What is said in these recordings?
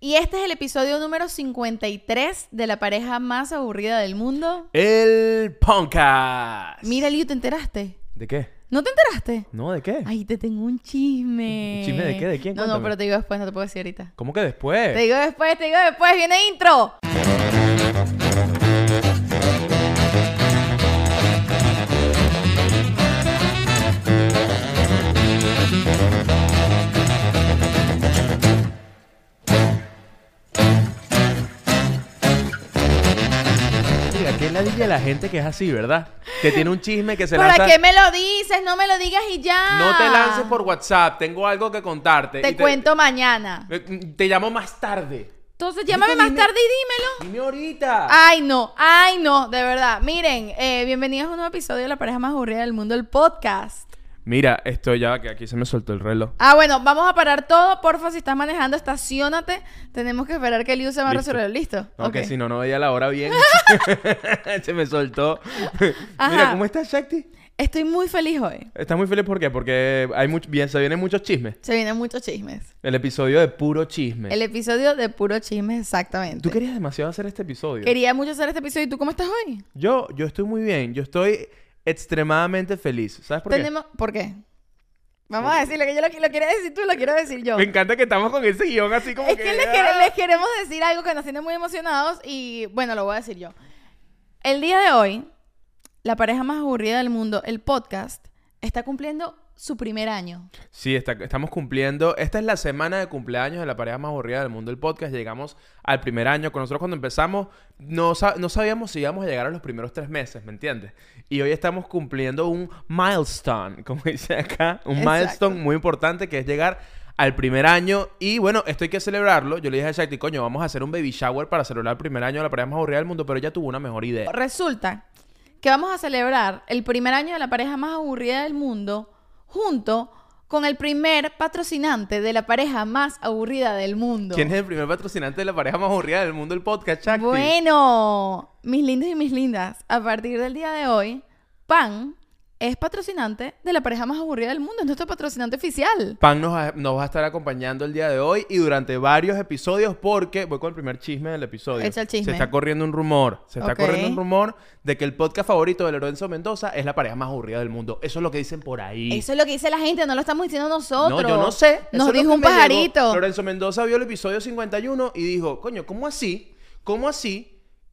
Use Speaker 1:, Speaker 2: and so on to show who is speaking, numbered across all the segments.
Speaker 1: Y este es el episodio número 53 de la pareja más aburrida del mundo.
Speaker 2: El podcast.
Speaker 1: Mira, Liu, ¿te enteraste?
Speaker 2: ¿De qué?
Speaker 1: ¿No te enteraste?
Speaker 2: No, ¿de qué?
Speaker 1: Ay, te tengo un chisme.
Speaker 2: ¿Un chisme de qué? ¿De quién?
Speaker 1: No, no,
Speaker 2: Cuéntame.
Speaker 1: pero te digo después, no te puedo decir ahorita.
Speaker 2: ¿Cómo que
Speaker 1: Te
Speaker 2: después?
Speaker 1: digo después, te digo después, viene intro.
Speaker 2: Mira, qué ladilla la gente que es así, ¿verdad? Que tiene un chisme que se
Speaker 1: ¿Para
Speaker 2: lanza.
Speaker 1: qué me lo dices? No me lo digas y ya.
Speaker 2: No te lances por WhatsApp, tengo algo que contarte.
Speaker 1: Te,
Speaker 2: Y
Speaker 1: cuento mañana.
Speaker 2: Eh, Te llamo más tarde.
Speaker 1: Entonces llámame más
Speaker 2: dime-
Speaker 1: tarde y dímelo.
Speaker 2: Dime ahorita.
Speaker 1: Ay, no, ay, no, de verdad. Miren, eh, bienvenidos a un nuevo episodio de La pareja más aburrida del mundo, el podcast.
Speaker 2: Mira, estoy ya que aquí se me soltó el reloj.
Speaker 1: Ah, bueno, vamos a parar todo. Porfa, si estás manejando, estacionate. Tenemos que esperar que Liu se va a
Speaker 2: Listo.
Speaker 1: resolver. ¿Listo?
Speaker 2: No, que
Speaker 1: Ok.
Speaker 2: si no, no veía la hora bien. se me soltó. Mira,
Speaker 1: Ajá.
Speaker 2: ¿cómo estás, Shakti?
Speaker 1: Estoy muy feliz hoey.
Speaker 2: Estás muy feliz, ¿por qué? Porque hay much- bien, se vienen muchos chismes.
Speaker 1: Se vienen muchos chismes.
Speaker 2: El episodio de puro chisme.
Speaker 1: El episodio de puro chismes, exactamente.
Speaker 2: Tú querías demasiado hacer este episodio.
Speaker 1: Quería mucho hacer este episodio. ¿Y tú cómo estás hoy?
Speaker 2: Yo, yo estoy muy bien. Yo estoy extremadamente feliz. ¿Sabes por qué?
Speaker 1: Tenemos... ¿Por qué? Vamos a decirlo, que yo lo, qui- lo quieres decir tú y lo quiero decir yo.
Speaker 2: Me encanta que estamos con ese guión así como
Speaker 1: Es que les, quere- les queremos decir algo que nos tiene muy emocionados y bueno, lo voy a decir yo. El día de hoy, la pareja más aburrida del mundo, el podcast, está cumpliendo su primer año.
Speaker 2: Sí, está- estamos cumpliendo. Esta es la semana de cumpleaños de la pareja más aburrida del mundo del podcast. Llegamos al primer año. Con nosotros cuando empezamos no, sa- no sabíamos si íbamos a llegar a los primeros tres meses, ¿me entiendes? Y hoy estamos cumpliendo un milestone, como dice acá. Un
Speaker 1: Exacto.
Speaker 2: milestone muy importante que es llegar al primer año. Y bueno, esto hay que celebrarlo. Yo le dije a Shakti, coño, vamos a hacer un baby shower para celebrar el primer año de la pareja más aburrida del mundo, pero ella tuvo una mejor idea.
Speaker 1: Resulta que vamos a celebrar el primer año de la pareja más aburrida del mundo junto con el primer patrocinante de la pareja más aburrida del mundo.
Speaker 2: ¿Quién es el primer patrocinante de la pareja más aburrida del mundo del podcast, Shakti?
Speaker 1: Bueno, mis lindos y mis lindas, a partir del día de hoy, Pan es patrocinante de la pareja más aburrida del mundo, es nuestro patrocinante oficial.
Speaker 2: Pan nos, va- nos va a estar acompañando el día de hoy y durante varios episodios porque voy con el primer chisme del episodio.
Speaker 1: Echa el chisme.
Speaker 2: Se está corriendo un rumor, se está
Speaker 1: Ok.
Speaker 2: corriendo un rumor de que el podcast favorito de Lorenzo Mendoza es la pareja más aburrida del mundo. Eso es lo que dicen por ahí.
Speaker 1: Eso es lo que dice la gente, no lo estamos diciendo nosotros.
Speaker 2: No, yo no sé. Eso
Speaker 1: Nos
Speaker 2: es lo
Speaker 1: dijo
Speaker 2: que
Speaker 1: un
Speaker 2: me llegó.
Speaker 1: pajarito.
Speaker 2: Lorenzo Mendoza vio el episodio 51 y dijo, coño, ¿cómo así? ¿Cómo así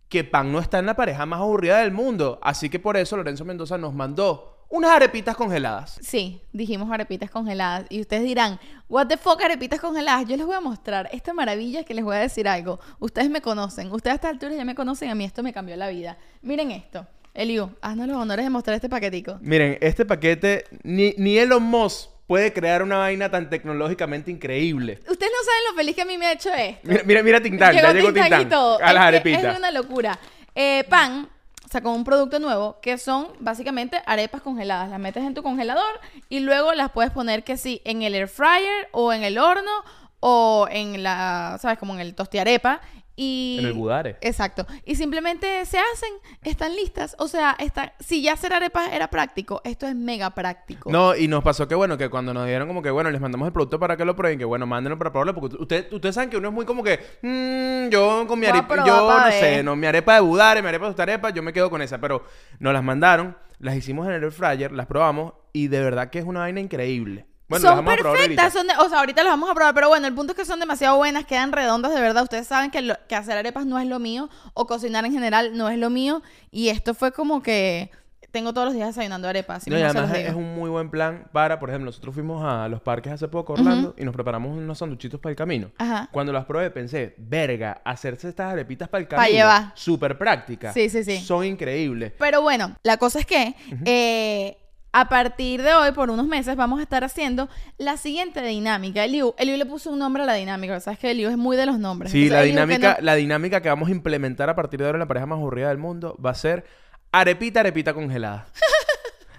Speaker 2: que Pan no está en la pareja más aburrida del mundo? Así que por eso Lorenzo Mendoza nos mandó unas arepitas congeladas.
Speaker 1: Sí, dijimos arepitas congeladas. Y ustedes dirán, ¿What the fuck, arepitas congeladas? Yo les voy a mostrar esta maravilla que les voy a decir algo. Ustedes me conocen, ustedes a estas alturas ya me conocen, a mí esto me cambió la vida. Miren esto. Eliu, haznos los honores de mostrar este paquetico.
Speaker 2: Miren, este paquete, ni, ni Elon Musk puede crear una vaina tan tecnológicamente increíble.
Speaker 1: Ustedes no saben lo feliz que a mí me ha hecho esto.
Speaker 2: Mira, mira, mira Tintán, ya llegó
Speaker 1: Tintán y
Speaker 2: Tintán.
Speaker 1: todo.
Speaker 2: A
Speaker 1: Es
Speaker 2: las
Speaker 1: que
Speaker 2: arepitas.
Speaker 1: Es una locura. Eh, Pan sacó un producto nuevo que son básicamente arepas congeladas. Las metes en tu congelador y luego las puedes poner que sí en el air fryer o en el horno o en la, ¿sabes? Como en el tostiarepa y
Speaker 2: En el budare.
Speaker 1: Exacto. Y simplemente se hacen, están listas. O sea, está, si ya hacer arepas era práctico, esto es mega práctico.
Speaker 2: No, y nos pasó que bueno, que cuando nos dieron como que bueno, les mandamos el producto para que lo prueben, que bueno, mándenlo para probarlo, porque ustedes ustedes saben que uno es muy como que, "Mm, yo con mi
Speaker 1: Voy a
Speaker 2: arepa,
Speaker 1: probar
Speaker 2: yo
Speaker 1: pa'
Speaker 2: no
Speaker 1: ver".
Speaker 2: sé, no, mi arepa de budare, mi arepa de tostarepa, yo me quedo con esa, pero nos las mandaron, las hicimos en el air fryer, las probamos y de verdad que es una vaina increíble. Bueno, las
Speaker 1: son
Speaker 2: vamos a probar ahorita.
Speaker 1: perfectas, son de- o sea, ahorita las vamos a probar, pero bueno, el punto es que son demasiado buenas, quedan redondas de verdad. Ustedes saben que, lo- que hacer arepas no es lo mío, o cocinar en general no es lo mío, y esto fue como que tengo todos los días desayunando arepas. así
Speaker 2: No, y
Speaker 1: mismo se
Speaker 2: además
Speaker 1: los
Speaker 2: es,
Speaker 1: digo.
Speaker 2: es un muy buen plan para, por ejemplo, nosotros fuimos a los parques hace poco, Orlando, y nos preparamos unos sanduchitos para el camino.
Speaker 1: Ajá.
Speaker 2: Cuando las probé pensé, verga, hacerse estas arepitas para el
Speaker 1: Pa'
Speaker 2: camino.
Speaker 1: llevar.
Speaker 2: Súper práctica.
Speaker 1: Sí, sí, sí.
Speaker 2: Son increíbles.
Speaker 1: Pero bueno, la cosa es que eh, a partir de hoy, por unos meses, vamos a estar haciendo la siguiente dinámica. Eliu, Eliu le puso un nombre a la dinámica, sabes que Eliu es muy de los nombres.
Speaker 2: Sí,
Speaker 1: Entonces,
Speaker 2: la
Speaker 1: Eliu, que
Speaker 2: dinámica,
Speaker 1: no-
Speaker 2: la dinámica que vamos a implementar a partir de ahora en la pareja más aburrida del mundo va a ser arepita, arepita congelada.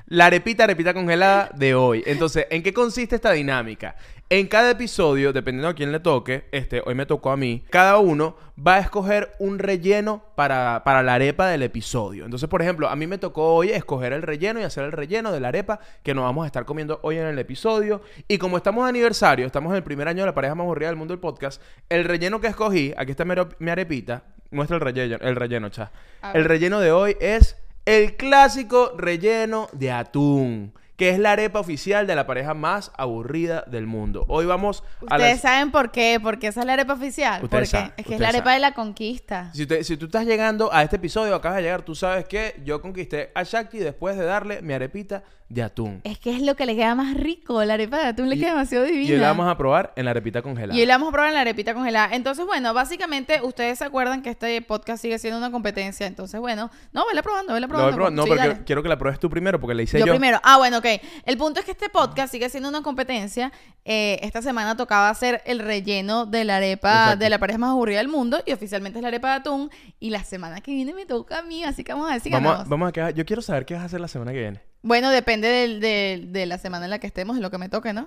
Speaker 2: la arepita, arepita congelada de hoy. Entonces, ¿en qué consiste esta dinámica? En cada episodio, dependiendo a quién le toque, este, hoy me tocó a mí, cada uno va a escoger un relleno para, para la arepa del episodio. Entonces, por ejemplo, a mí me tocó hoy escoger el relleno y hacer el relleno de la arepa que nos vamos a estar comiendo hoy en el episodio. Y como estamos de aniversario, estamos en el primer año de la pareja más aburrida del mundo del podcast, el relleno que escogí, aquí está mi arep- mi arepita, muestra el relleno, el relleno, cha.
Speaker 1: A ver.
Speaker 2: El relleno de hoy es el clásico relleno de atún, que es la arepa oficial de la pareja más aburrida del mundo. Hoy vamos a
Speaker 1: Ustedes
Speaker 2: la...
Speaker 1: saben por qué, porque esa es la arepa oficial.
Speaker 2: Ustedes
Speaker 1: Porque
Speaker 2: saben,
Speaker 1: es que es
Speaker 2: ustedes
Speaker 1: la arepa
Speaker 2: saben.
Speaker 1: de la conquista.
Speaker 2: Si, te- si tú estás llegando a este episodio, acabas de llegar, tú sabes que yo conquisté a Shakti después de darle mi arepita de atún.
Speaker 1: Es que es lo que le queda más rico. La arepa de atún le
Speaker 2: Y-
Speaker 1: queda demasiado divina.
Speaker 2: Y hoy la vamos a probar en la arepita congelada.
Speaker 1: Y hoy la vamos a probar en la arepita congelada. Entonces, bueno, básicamente ustedes se acuerdan que este podcast sigue siendo una competencia. Entonces, bueno, no, vela probando, vela
Speaker 2: Lo voy
Speaker 1: probando.
Speaker 2: a probar- No,
Speaker 1: Sí,
Speaker 2: porque
Speaker 1: dale.
Speaker 2: quiero que la pruebes tú primero, porque la hice
Speaker 1: yo,
Speaker 2: yo.
Speaker 1: primero. Ah, bueno, ok. El punto es que este podcast sigue siendo una competencia. Eh, esta semana tocaba hacer el relleno de la arepa
Speaker 2: Exacto.
Speaker 1: de la pareja más aburrida del mundo y oficialmente es la arepa de atún. Y la semana que viene me toca a mí, así que vamos a ver si
Speaker 2: Vamos, a-
Speaker 1: ganamos.
Speaker 2: vamos a quedar- Yo quiero saber qué vas a hacer la semana que viene.
Speaker 1: Bueno, depende del- del- de la semana en la que estemos, de lo que me toque, ¿no?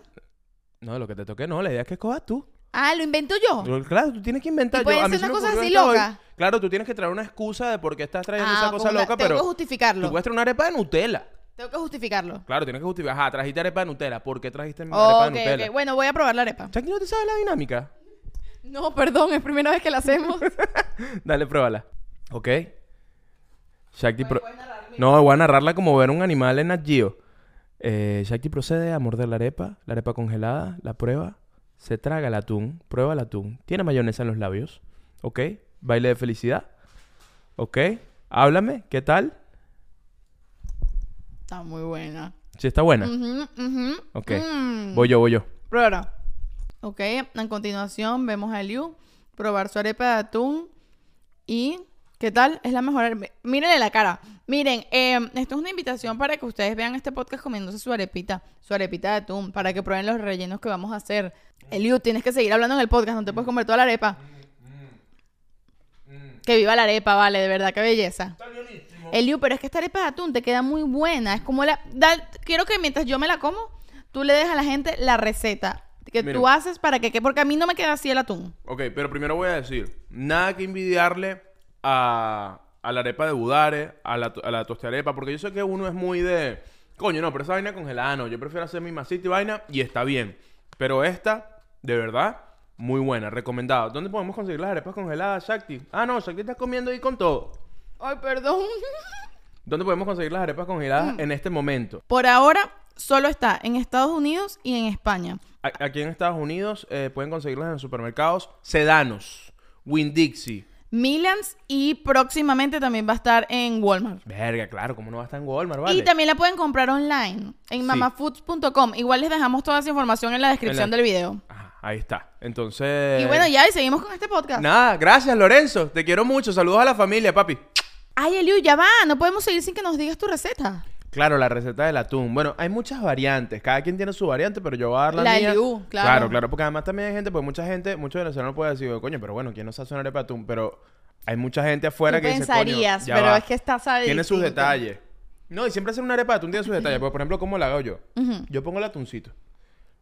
Speaker 2: No, lo que te toque no, la idea es que escojas tú.
Speaker 1: Ah, lo invento yo.
Speaker 2: Tú- Claro, tú tienes que inventar.
Speaker 1: Y pueden
Speaker 2: Yo- a mí
Speaker 1: ser
Speaker 2: se
Speaker 1: una
Speaker 2: me
Speaker 1: cosa
Speaker 2: ocurrió
Speaker 1: así
Speaker 2: esta hoy.
Speaker 1: loca.
Speaker 2: Claro, tú tienes que traer una excusa de por qué estás trayendo
Speaker 1: Ah,
Speaker 2: esa
Speaker 1: pues
Speaker 2: cosa
Speaker 1: una- tengo
Speaker 2: loca,
Speaker 1: que
Speaker 2: pero tú
Speaker 1: justificarlo.
Speaker 2: puedes traer una arepa de Nutella.
Speaker 1: Tengo que justificarlo.
Speaker 2: Claro, tienes que justificar. Ajá, trajiste arepa de Nutella. ¿Por qué trajiste mi arepa
Speaker 1: Ok,
Speaker 2: de Nutella?
Speaker 1: ok. Bueno, voy a probar la arepa.
Speaker 2: Chucky, ¿no te sabes la dinámica?
Speaker 1: No, perdón, es primera vez que la hacemos.
Speaker 2: Dale, pruébala. ¿Ok? Shakti... pro- No, voy a narrarla como ver un animal en Nat Geo. Eh, Shakti procede a morder la arepa, la arepa congelada, la prueba, se traga el atún, prueba el atún, tiene mayonesa en los labios, ¿ok? Baile de felicidad, ¿ok? Háblame, ¿qué tal?
Speaker 1: Está muy buena.
Speaker 2: Si está buena.
Speaker 1: Ujú, ujú.
Speaker 2: Ok.
Speaker 1: Mm.
Speaker 2: Voy yo, voy yo.
Speaker 1: Prueba. Ok, en continuación vemos a Liu probar su arepa de atún. ¿Y qué tal? Es la mejor arepa. Mírenle la cara. Miren, eh, esto es una invitación para que ustedes vean este podcast comiéndose su arepita, su arepita de atún, para que prueben los rellenos que vamos a hacer. Eliu, tienes que seguir hablando en el podcast, no te puedes comer toda la arepa. Que viva la arepa, vale, de verdad, qué belleza. Eliu, pero es que esta arepa de atún te queda muy buena. Es como la. da- quiero que mientras yo me la como, tú le des a la gente la receta que
Speaker 2: Miren.
Speaker 1: tú haces para que, que. Porque a mí no me queda así el atún.
Speaker 2: Ok, pero primero voy a decir, nada que envidiarle a, a la arepa de Budare, a la, to- a la tostarepa, porque yo sé que uno es muy de, coño, no, pero esa vaina congelada no, yo prefiero hacer mi masita y vaina y está bien. Pero esta, de verdad, muy buena, recomendado. ¿Dónde podemos conseguir las arepas congeladas, Shakti? Ah, no, Shakti está comiendo ahí con todo.
Speaker 1: Ay, perdón.
Speaker 2: ¿Dónde podemos conseguir las arepas congeladas en este momento?
Speaker 1: Por ahora, solo está en Estados Unidos y en España.
Speaker 2: A- Aquí en Estados Unidos eh, pueden conseguirlas en los supermercados Sedanos, Winn-Dixie,
Speaker 1: Milans y próximamente también va a estar en Walmart.
Speaker 2: Verga, claro, ¿cómo no va a estar en Walmart, vale?
Speaker 1: Y también la pueden comprar online en mamafoods.com. Igual les dejamos toda esa información en la descripción
Speaker 2: En la-
Speaker 1: del video.
Speaker 2: Ajá, ahí está. Entonces.
Speaker 1: Y bueno, ya, y seguimos con este podcast.
Speaker 2: Nada, gracias, Lorenzo. Te quiero mucho. Saludos a la familia, papi.
Speaker 1: Ay, Eliu, ya va. No podemos seguir sin que nos digas tu receta.
Speaker 2: Claro, la receta del atún. Bueno, hay muchas variantes. Cada quien tiene su variante, pero yo voy a dar la,
Speaker 1: La
Speaker 2: mía.
Speaker 1: Eliú, claro.
Speaker 2: Claro, claro, porque además también hay gente, pues mucha gente, muchos venezolanos pueden decir, coño, pero bueno, ¿quién no sabe una arepa de atún? Pero hay mucha gente afuera
Speaker 1: Tú
Speaker 2: que dice, "Coño,
Speaker 1: pensarías,
Speaker 2: ya
Speaker 1: pero
Speaker 2: va".
Speaker 1: es que está sabe
Speaker 2: Tiene sus
Speaker 1: distinto.
Speaker 2: detalles. No, y siempre hacer una arepa de atún tiene sus detalles. Porque, por ejemplo, ¿cómo la hago yo?
Speaker 1: Ujú.
Speaker 2: Yo pongo el atuncito.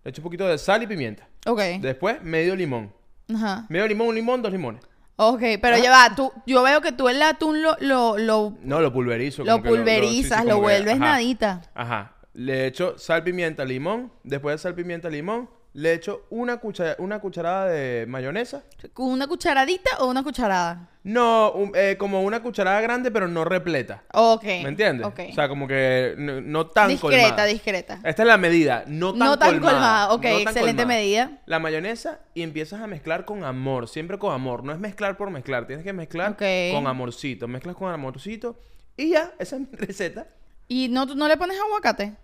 Speaker 2: Le echo un poquito de sal y pimienta.
Speaker 1: Ok.
Speaker 2: Después, medio limón.
Speaker 1: Ajá.
Speaker 2: Medio limón, un limón, dos limones.
Speaker 1: Ok,
Speaker 2: Ah.
Speaker 1: pero ya va, tú, yo veo que tú el atún lo, lo, lo,
Speaker 2: No, lo pulverizo.
Speaker 1: lo
Speaker 2: como que sí, sí,
Speaker 1: pulverizas,
Speaker 2: como
Speaker 1: lo
Speaker 2: que-
Speaker 1: vuelves
Speaker 2: ajá,
Speaker 1: nadita.
Speaker 2: Ajá. Le echo sal, pimienta, limón. Después de sal, pimienta, limón, le echo una, cucha- una cucharada de mayonesa.
Speaker 1: ¿Con una cucharadita o una cucharada?
Speaker 2: No, un- eh, como una cucharada grande, pero no repleta.
Speaker 1: Ok.
Speaker 2: ¿Me entiendes?
Speaker 1: Ok.
Speaker 2: O sea, como que no, no tan
Speaker 1: discreta,
Speaker 2: colmada.
Speaker 1: discreta.
Speaker 2: Esta es la medida, no tan
Speaker 1: No tan
Speaker 2: colmada.
Speaker 1: colmada, ok,
Speaker 2: no tan
Speaker 1: excelente
Speaker 2: colmada.
Speaker 1: medida.
Speaker 2: La mayonesa y empiezas a mezclar con amor, siempre con amor. No es mezclar por mezclar, tienes que mezclar
Speaker 1: Ok.
Speaker 2: con amorcito. Mezclas con amorcito y ya, esa es mi receta.
Speaker 1: ¿Y no, tú no le pones aguacate?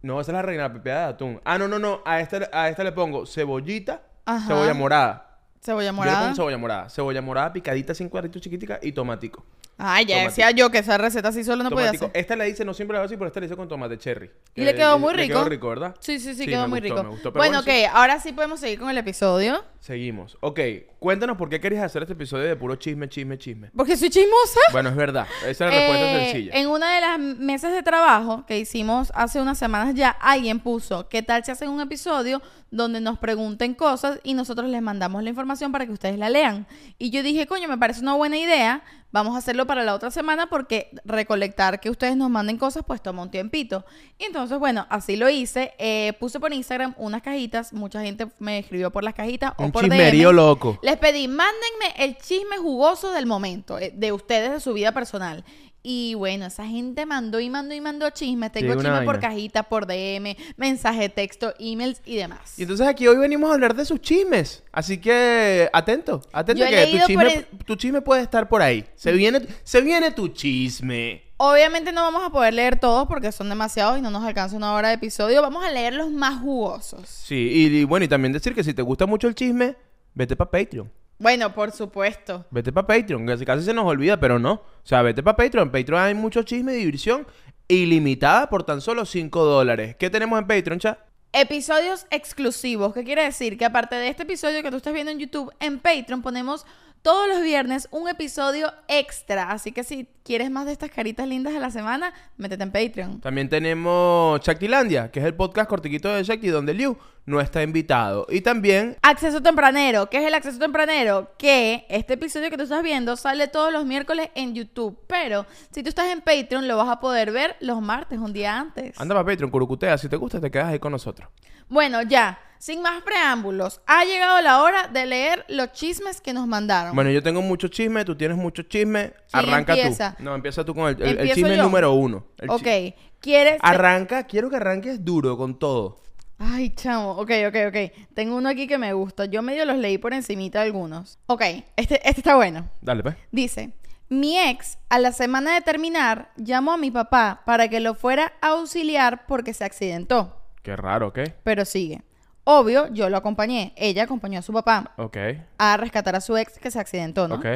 Speaker 2: No, esa es la reina pepeada de atún. Ah, no, no, no. A esta, a esta le pongo cebollita,
Speaker 1: Ajá.
Speaker 2: cebolla morada.
Speaker 1: Cebolla
Speaker 2: Yo le
Speaker 1: morada.
Speaker 2: pongo cebolla morada. Cebolla morada picadita, sin cuadritos chiquitica y tomatico.
Speaker 1: Ay, ya
Speaker 2: Tomatico.
Speaker 1: decía yo que esa receta así solo no podía
Speaker 2: Tomatico.
Speaker 1: hacer.
Speaker 2: Esta la hice, no siempre la hago así, pero esta la hice con tomate cherry. Eh,
Speaker 1: Y le quedó muy
Speaker 2: Le
Speaker 1: rico.
Speaker 2: quedó rico, ¿verdad?
Speaker 1: Sí, sí, sí,
Speaker 2: Sí,
Speaker 1: quedó
Speaker 2: me
Speaker 1: muy
Speaker 2: gustó,
Speaker 1: rico.
Speaker 2: me gustó, pero
Speaker 1: bueno,
Speaker 2: bueno,
Speaker 1: ok, ahora sí podemos seguir con el episodio.
Speaker 2: Seguimos. Ok, cuéntanos por qué querías hacer este episodio de puro chisme, chisme, chisme.
Speaker 1: Porque soy chismosa.
Speaker 2: Bueno, es verdad. Esa es la respuesta
Speaker 1: Eh,
Speaker 2: sencilla.
Speaker 1: En una de las mesas de trabajo que hicimos hace unas semanas ya, alguien puso, ¿qué tal si hacen un episodio donde nos pregunten cosas y nosotros les mandamos la información para que ustedes la lean? Y yo dije, coño, me parece una buena idea, vamos a hacerlo para la otra semana porque recolectar que ustedes nos manden cosas pues toma un tiempito. Y entonces, bueno, así lo hice, eh, puse por Instagram unas cajitas, mucha gente me escribió por las cajitas o
Speaker 2: Un
Speaker 1: por DM.
Speaker 2: chismerío loco.
Speaker 1: Les pedí, mándenme el chisme jugoso del momento, eh, de ustedes, de su vida personal. Y bueno, esa gente mandó y mandó y mandó chismes. Tengo
Speaker 2: Llegó una
Speaker 1: chisme por
Speaker 2: vaina.
Speaker 1: cajita, por DM, mensaje, texto, emails y demás.
Speaker 2: Y entonces aquí hoy venimos a hablar de sus chismes. Así que atento, atento
Speaker 1: Yo he
Speaker 2: que tu
Speaker 1: leído por Mm.
Speaker 2: chisme, tu chisme puede estar por ahí. Se viene, se viene tu chisme.
Speaker 1: Obviamente no vamos a poder leer todos porque son demasiados y no nos alcanza una hora de episodio. Vamos a leer los más jugosos.
Speaker 2: Sí, y, y bueno, y también decir que si te gusta mucho el chisme, vete para Patreon.
Speaker 1: Bueno, por supuesto.
Speaker 2: Vete para Patreon, que casi se nos olvida, pero no. O sea, vete para Patreon. En Patreon hay mucho chisme y diversión ilimitada por tan solo 5 dólares. ¿Qué tenemos en Patreon, chat?
Speaker 1: Episodios exclusivos, que quiere decir que aparte de este episodio que tú estás viendo en YouTube, en Patreon ponemos todos los viernes un episodio extra. Así que si quieres más de estas caritas lindas de la semana, métete en Patreon.
Speaker 2: También tenemos Shaktilandia, que es el podcast cortiquito de Shakti, donde Liu no está invitado. Y también
Speaker 1: Acceso tempranero, ¿qué es el acceso tempranero? Que este episodio que tú estás viendo sale todos los miércoles en YouTube, pero si tú estás en Patreon lo vas a poder ver los martes, un día antes.
Speaker 2: anda para Patreon, curucutea. Si te gusta, te quedas ahí con nosotros.
Speaker 1: Ah, Bueno, ya, sin más preámbulos, ha llegado la hora de leer los chismes que nos mandaron.
Speaker 2: Bueno, yo tengo mucho chisme, tú tienes mucho chisme. Arranca
Speaker 1: empieza?
Speaker 2: tú. No, empieza tú con el, el- el
Speaker 1: ¿Empiezo
Speaker 2: chisme
Speaker 1: yo?
Speaker 2: número uno. El chi-
Speaker 1: ok, este- ¿quieres...
Speaker 2: Arranca, quiero que arranques duro con todo.
Speaker 1: Ay, chamo. Ok, ok, ok. Tengo uno aquí que me gusta. Yo medio los leí por encimita algunos. Ok, este, este está bueno.
Speaker 2: Dale, pues.
Speaker 1: Dice, mi ex, a la semana de terminar, llamó a mi papá para que lo fuera a auxiliar porque se accidentó.
Speaker 2: Qué raro, ¿ok?
Speaker 1: Pero sigue. Obvio, yo lo acompañé. Ella acompañó a su papá
Speaker 2: Ok,
Speaker 1: a rescatar a su ex que se accidentó, ¿no?
Speaker 2: ok.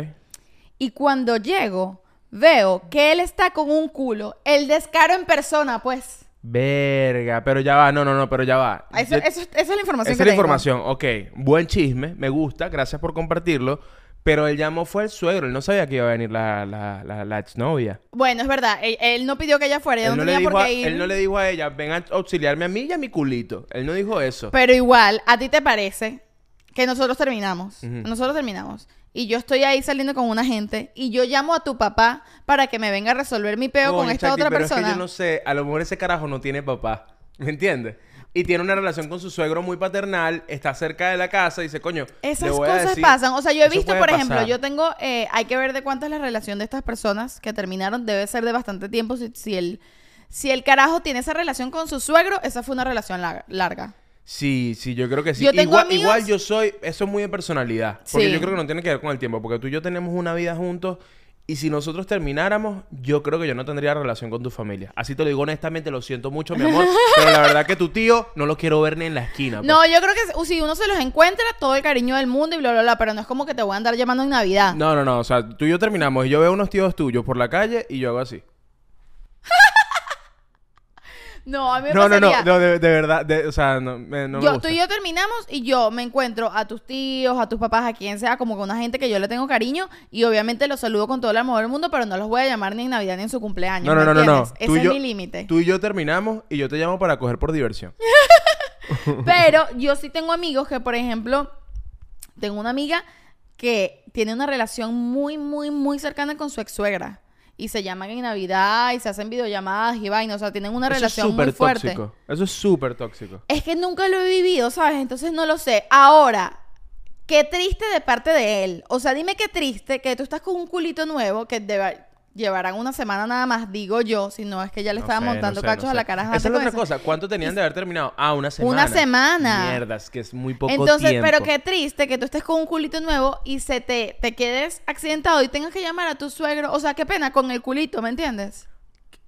Speaker 1: Y cuando llego, veo que él está con un culo. El descaro en persona, pues.
Speaker 2: Verga, pero ya va, no, no, no, pero ya va.
Speaker 1: Eso,
Speaker 2: Yo-
Speaker 1: eso- Ah, esa es la información
Speaker 2: Esa
Speaker 1: que
Speaker 2: es la
Speaker 1: tengo.
Speaker 2: información, ok. Buen chisme, me gusta, gracias por compartirlo. Pero el llamó fue el suegro, él no sabía que iba a venir la, la, la, la exnovia.
Speaker 1: Bueno, es verdad. Él, él no pidió que ella fuera. Ella
Speaker 2: Él
Speaker 1: no
Speaker 2: no, le
Speaker 1: tenía
Speaker 2: dijo
Speaker 1: por
Speaker 2: a,
Speaker 1: qué ir.
Speaker 2: él no le dijo a ella, ven a auxiliarme a mí y a mi culito. Él no dijo eso.
Speaker 1: Pero igual, ¿a ti te parece que nosotros terminamos?
Speaker 2: Ujú.
Speaker 1: Nosotros terminamos. Y yo estoy ahí saliendo con una gente y yo llamo a tu papá para que me venga a resolver mi peo con
Speaker 2: Coño,
Speaker 1: esta
Speaker 2: Chucky,
Speaker 1: otra
Speaker 2: pero
Speaker 1: persona.
Speaker 2: Es que yo no sé, a lo mejor ese carajo no tiene papá. ¿Me entiendes? Y tiene una relación con su suegro muy paternal, está cerca de la casa y dice, coño,
Speaker 1: Esas
Speaker 2: le voy a
Speaker 1: cosas
Speaker 2: decir-
Speaker 1: pasan. O sea, yo he
Speaker 2: Eso
Speaker 1: visto,
Speaker 2: puede
Speaker 1: por ejemplo,
Speaker 2: pasar.
Speaker 1: yo tengo, eh, hay que ver de cuánto es la relación de estas personas que terminaron, debe ser de bastante tiempo. Si, si el, si el carajo tiene esa relación con su suegro, esa fue una relación lar- larga.
Speaker 2: Sí, sí, yo creo que sí.
Speaker 1: Yo tengo
Speaker 2: igual,
Speaker 1: amigos-
Speaker 2: igual yo soy, eso es muy en personalidad. Porque
Speaker 1: Sí.
Speaker 2: yo creo que no tiene que ver con el tiempo, porque tú y yo tenemos una vida juntos y si nosotros termináramos, yo creo que yo no tendría relación con tu familia. Así te lo digo honestamente, lo siento mucho, mi amor, pero la verdad que tu tío no lo quiero ver ni en la esquina. pues.
Speaker 1: No, yo creo que uh, si- si uno se los encuentra, todo el cariño del mundo y bla, bla, bla, pero no es como que te voy a andar llamando en Navidad.
Speaker 2: No, no, no, o sea, tú y yo terminamos y yo veo unos tíos tuyos por la calle y yo hago así.
Speaker 1: No, a mí me
Speaker 2: No, no, no,
Speaker 1: pasaría-
Speaker 2: no, de, de verdad, de- o sea, no, me, no me
Speaker 1: yo,
Speaker 2: gusta.
Speaker 1: tú y yo terminamos y yo me encuentro a tus tíos, a tus papás, a quien sea, como con una gente que yo le tengo cariño y obviamente los saludo con todo el amor del mundo, pero no los voy a llamar ni en Navidad ni en su cumpleaños.
Speaker 2: No, no,
Speaker 1: ¿me
Speaker 2: no, no, no.
Speaker 1: entiendes?
Speaker 2: Tú y
Speaker 1: Ese
Speaker 2: yo-
Speaker 1: es mi límite.
Speaker 2: Tú y yo terminamos y yo te llamo para coger por diversión.
Speaker 1: Pero yo sí tengo amigos que, por ejemplo, tengo una amiga que tiene una relación muy, muy, muy cercana con su ex suegra. Y se llaman en Navidad y se hacen videollamadas y vainas. O sea, tienen una
Speaker 2: Eso es
Speaker 1: relación
Speaker 2: súper
Speaker 1: muy fuerte.
Speaker 2: tóxico. Eso es súper tóxico.
Speaker 1: Es que nunca lo he vivido, ¿sabes? Entonces no lo sé. Ahora, qué triste de parte de él. O sea, dime qué triste que tú estás con un culito nuevo que deba- llevarán una semana nada más, digo yo, si no es que ya le
Speaker 2: No
Speaker 1: estaban
Speaker 2: sé, no
Speaker 1: montando
Speaker 2: sé,
Speaker 1: cachos
Speaker 2: no
Speaker 1: a la
Speaker 2: sé.
Speaker 1: cara.
Speaker 2: Esa es la otra cosa. ¿Cuánto tenían de haber terminado? Ah, una semana.
Speaker 1: Una semana.
Speaker 2: Mierdas, que es muy poco
Speaker 1: Entonces,
Speaker 2: tiempo.
Speaker 1: pero qué triste que tú estés con un culito nuevo y se te, te quedes accidentado y tengas que llamar a tu suegro. O sea, qué pena con el culito, ¿me entiendes?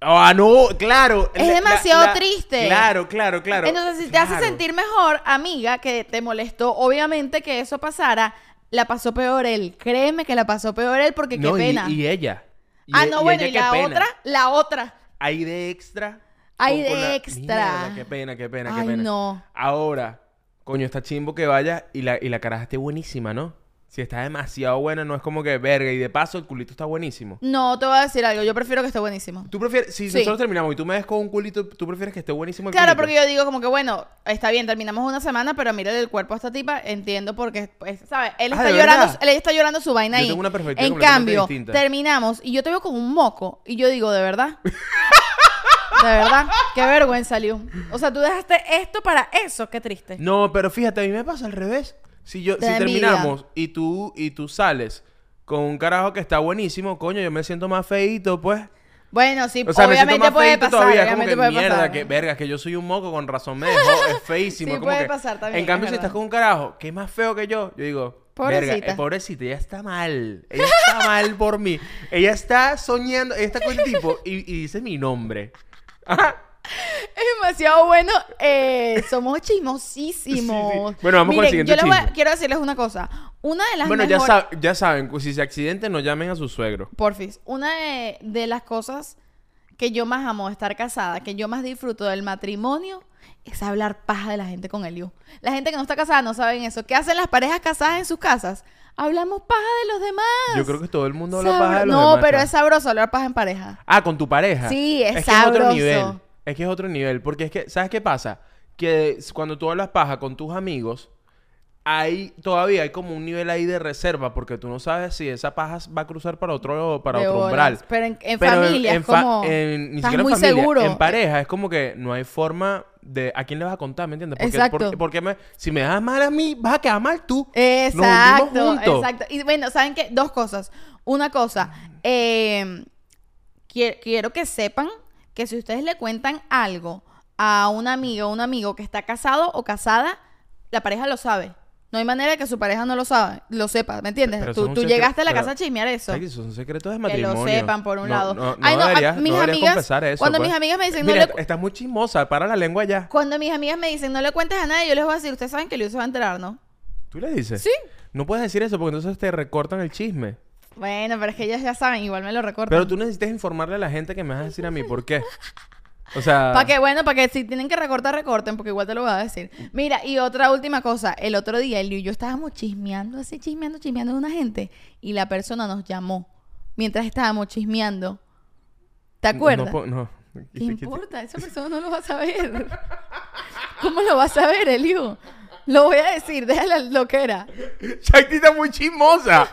Speaker 2: ¡Ah, no! ¡Claro!
Speaker 1: Es demasiado triste.
Speaker 2: Claro, claro, claro.
Speaker 1: Entonces, si te hace
Speaker 2: Claro.
Speaker 1: sentir mejor, amiga, que te molestó, obviamente que eso pasara, la pasó peor él. Créeme que la pasó peor él porque
Speaker 2: No,
Speaker 1: qué
Speaker 2: y-
Speaker 1: pena.
Speaker 2: Y, ella. Y
Speaker 1: ah,
Speaker 2: e-
Speaker 1: no,
Speaker 2: y
Speaker 1: bueno,
Speaker 2: ella,
Speaker 1: y
Speaker 2: qué
Speaker 1: la
Speaker 2: pena.
Speaker 1: otra, la otra.
Speaker 2: Hay de extra.
Speaker 1: Hay
Speaker 2: con-
Speaker 1: de
Speaker 2: con la-
Speaker 1: extra.
Speaker 2: Mierda, qué pena, qué pena, qué
Speaker 1: Ay,
Speaker 2: pena.
Speaker 1: no.
Speaker 2: Ahora, coño, está chimbo que vaya y la, y la caraja esté buenísima, ¿no? Si está demasiado buena, no es como que verga. Y de paso, el culito está buenísimo.
Speaker 1: No, te voy a decir algo. Yo prefiero que esté buenísimo.
Speaker 2: ¿Tú prefieres, si
Speaker 1: Sí.
Speaker 2: nosotros terminamos y tú me des con un culito, tú prefieres que esté buenísimo el
Speaker 1: Claro,
Speaker 2: culito?
Speaker 1: porque yo digo como que, bueno, está bien, terminamos una semana, pero mira el cuerpo a esta tipa, entiendo porque, pues, ¿sabes? Él
Speaker 2: Ah,
Speaker 1: está
Speaker 2: ¿de
Speaker 1: llorando,
Speaker 2: verdad?
Speaker 1: él está llorando su vaina
Speaker 2: Yo
Speaker 1: ahí.
Speaker 2: tengo una perspectiva
Speaker 1: en
Speaker 2: completamente
Speaker 1: cambio,
Speaker 2: distinta.
Speaker 1: terminamos y yo te veo con un moco y yo digo, de verdad. de verdad, qué vergüenza, Liu. O sea, tú dejaste esto para eso, qué triste.
Speaker 2: No, pero fíjate, a mí me pasa al revés. Si yo,
Speaker 1: Te
Speaker 2: si
Speaker 1: da envidia.
Speaker 2: terminamos y tú, y tú sales con un carajo que está buenísimo, coño, yo me siento más feíto, pues.
Speaker 1: Bueno, sí,
Speaker 2: O sea, me siento
Speaker 1: obviamente
Speaker 2: más
Speaker 1: puede
Speaker 2: feíto
Speaker 1: pasar,
Speaker 2: todavía. Es como
Speaker 1: obviamente
Speaker 2: que
Speaker 1: puede
Speaker 2: mierda,
Speaker 1: pasar.
Speaker 2: que verga, que yo soy un moco, con razón me dejó, es feísimo.
Speaker 1: Sí,
Speaker 2: como
Speaker 1: puede
Speaker 2: que-
Speaker 1: pasar también,
Speaker 2: En cambio,
Speaker 1: es
Speaker 2: si estás
Speaker 1: verdad.
Speaker 2: con un carajo que es más feo que yo, yo digo, pobrecita. verga,
Speaker 1: Pobrecita.
Speaker 2: eh, pobrecita, ella está mal. Ella está mal por mí. Ella está soñando, ella está con el tipo y, y dice mi nombre.
Speaker 1: Es demasiado bueno. eh, somos
Speaker 2: Sí,
Speaker 1: chismosísimos.
Speaker 2: sí. Bueno, vamos con
Speaker 1: Miren,
Speaker 2: el siguiente
Speaker 1: yo le voy a-
Speaker 2: chisme.
Speaker 1: quiero decirles una cosa. Una de las
Speaker 2: bueno, ya,
Speaker 1: mejores-
Speaker 2: sab- ya saben, si se accidenten, no llamen a su suegro.
Speaker 1: Porfis, una de, de las cosas que yo más amo de estar casada, que yo más disfruto del matrimonio, es hablar paja de la gente con el Eliu. La gente que no está casada no saben eso. ¿Qué hacen las parejas casadas en sus casas? Hablamos paja de los demás.
Speaker 2: Yo creo que todo el mundo habla
Speaker 1: Sabro-
Speaker 2: paja de los
Speaker 1: No,
Speaker 2: demás,
Speaker 1: pero
Speaker 2: chamo.
Speaker 1: es sabroso hablar paja en pareja.
Speaker 2: Ah, con tu pareja.
Speaker 1: Sí, es
Speaker 2: que es otro
Speaker 1: sabroso.
Speaker 2: nivel. Es que es otro nivel. Porque es que, ¿sabes qué pasa? Que s- cuando tú hablas paja con tus amigos, hay todavía hay como un nivel ahí de reserva. Porque tú no sabes si esa paja s- va a cruzar para otro, para
Speaker 1: De
Speaker 2: otro
Speaker 1: bolas.
Speaker 2: umbral.
Speaker 1: Pero en, en
Speaker 2: Pero
Speaker 1: familia es
Speaker 2: fa-
Speaker 1: como...
Speaker 2: en- ni
Speaker 1: estás
Speaker 2: siquiera en
Speaker 1: muy
Speaker 2: familia,
Speaker 1: seguro.
Speaker 2: En pareja es como que no hay forma de. ¿A quién le vas a contar? ¿Me entiendes? Porque,
Speaker 1: Exacto.
Speaker 2: Porque, porque me- si me das mal a mí, vas a quedar mal tú.
Speaker 1: Exacto,
Speaker 2: Nos hundimos juntos.
Speaker 1: exacto. Y bueno, ¿saben qué? Dos cosas. Una cosa, eh, qui- quiero que sepan que si ustedes le cuentan algo a una amiga o un amigo que está casado o casada, la pareja lo sabe. No hay manera de que su pareja no lo sabe, lo sepa, ¿me entiendes?
Speaker 2: Pero eso es
Speaker 1: tú
Speaker 2: un
Speaker 1: tú
Speaker 2: secre-
Speaker 1: llegaste a la
Speaker 2: pero-
Speaker 1: casa a chismear eso.
Speaker 2: Ay, que son secretos de
Speaker 1: Que
Speaker 2: matrimonio.
Speaker 1: lo sepan, por un
Speaker 2: No,
Speaker 1: lado.
Speaker 2: No, no
Speaker 1: Ay, no, a-
Speaker 2: deberías, no
Speaker 1: mis
Speaker 2: deberías
Speaker 1: amigas-
Speaker 2: confesar eso.
Speaker 1: cuando
Speaker 2: pues.
Speaker 1: mis amigas me dicen, no
Speaker 2: Mira,
Speaker 1: le-
Speaker 2: estás muy chismosa, para la lengua ya.
Speaker 1: Cuando mis amigas me dicen, no le cuentes a nadie, yo les voy a decir, ustedes saben que Liu se va a enterar, ¿no?
Speaker 2: ¿Tú le dices?
Speaker 1: Sí.
Speaker 2: No puedes decir eso porque entonces te recortan el chisme.
Speaker 1: Bueno, pero es que ellas ya saben, igual me lo recortan.
Speaker 2: Pero tú necesitas informarle a la gente que me vas a decir a mí por qué. O sea,
Speaker 1: Para que, bueno, para que si tienen que recortar, recorten, porque igual te lo voy a decir. Mira, y otra última cosa. El otro día, Eliu y yo estábamos chismeando, así chismeando, chismeando de una gente. Y la persona nos llamó mientras estábamos chismeando. ¿Te
Speaker 2: no
Speaker 1: acuerdas?
Speaker 2: po- No,
Speaker 1: ¿Qué importa? Esa persona no lo va a saber. ¿Cómo lo va a saber, Eliu? Lo voy a decir, déjala loquera.
Speaker 2: Shakti está muy chismosa.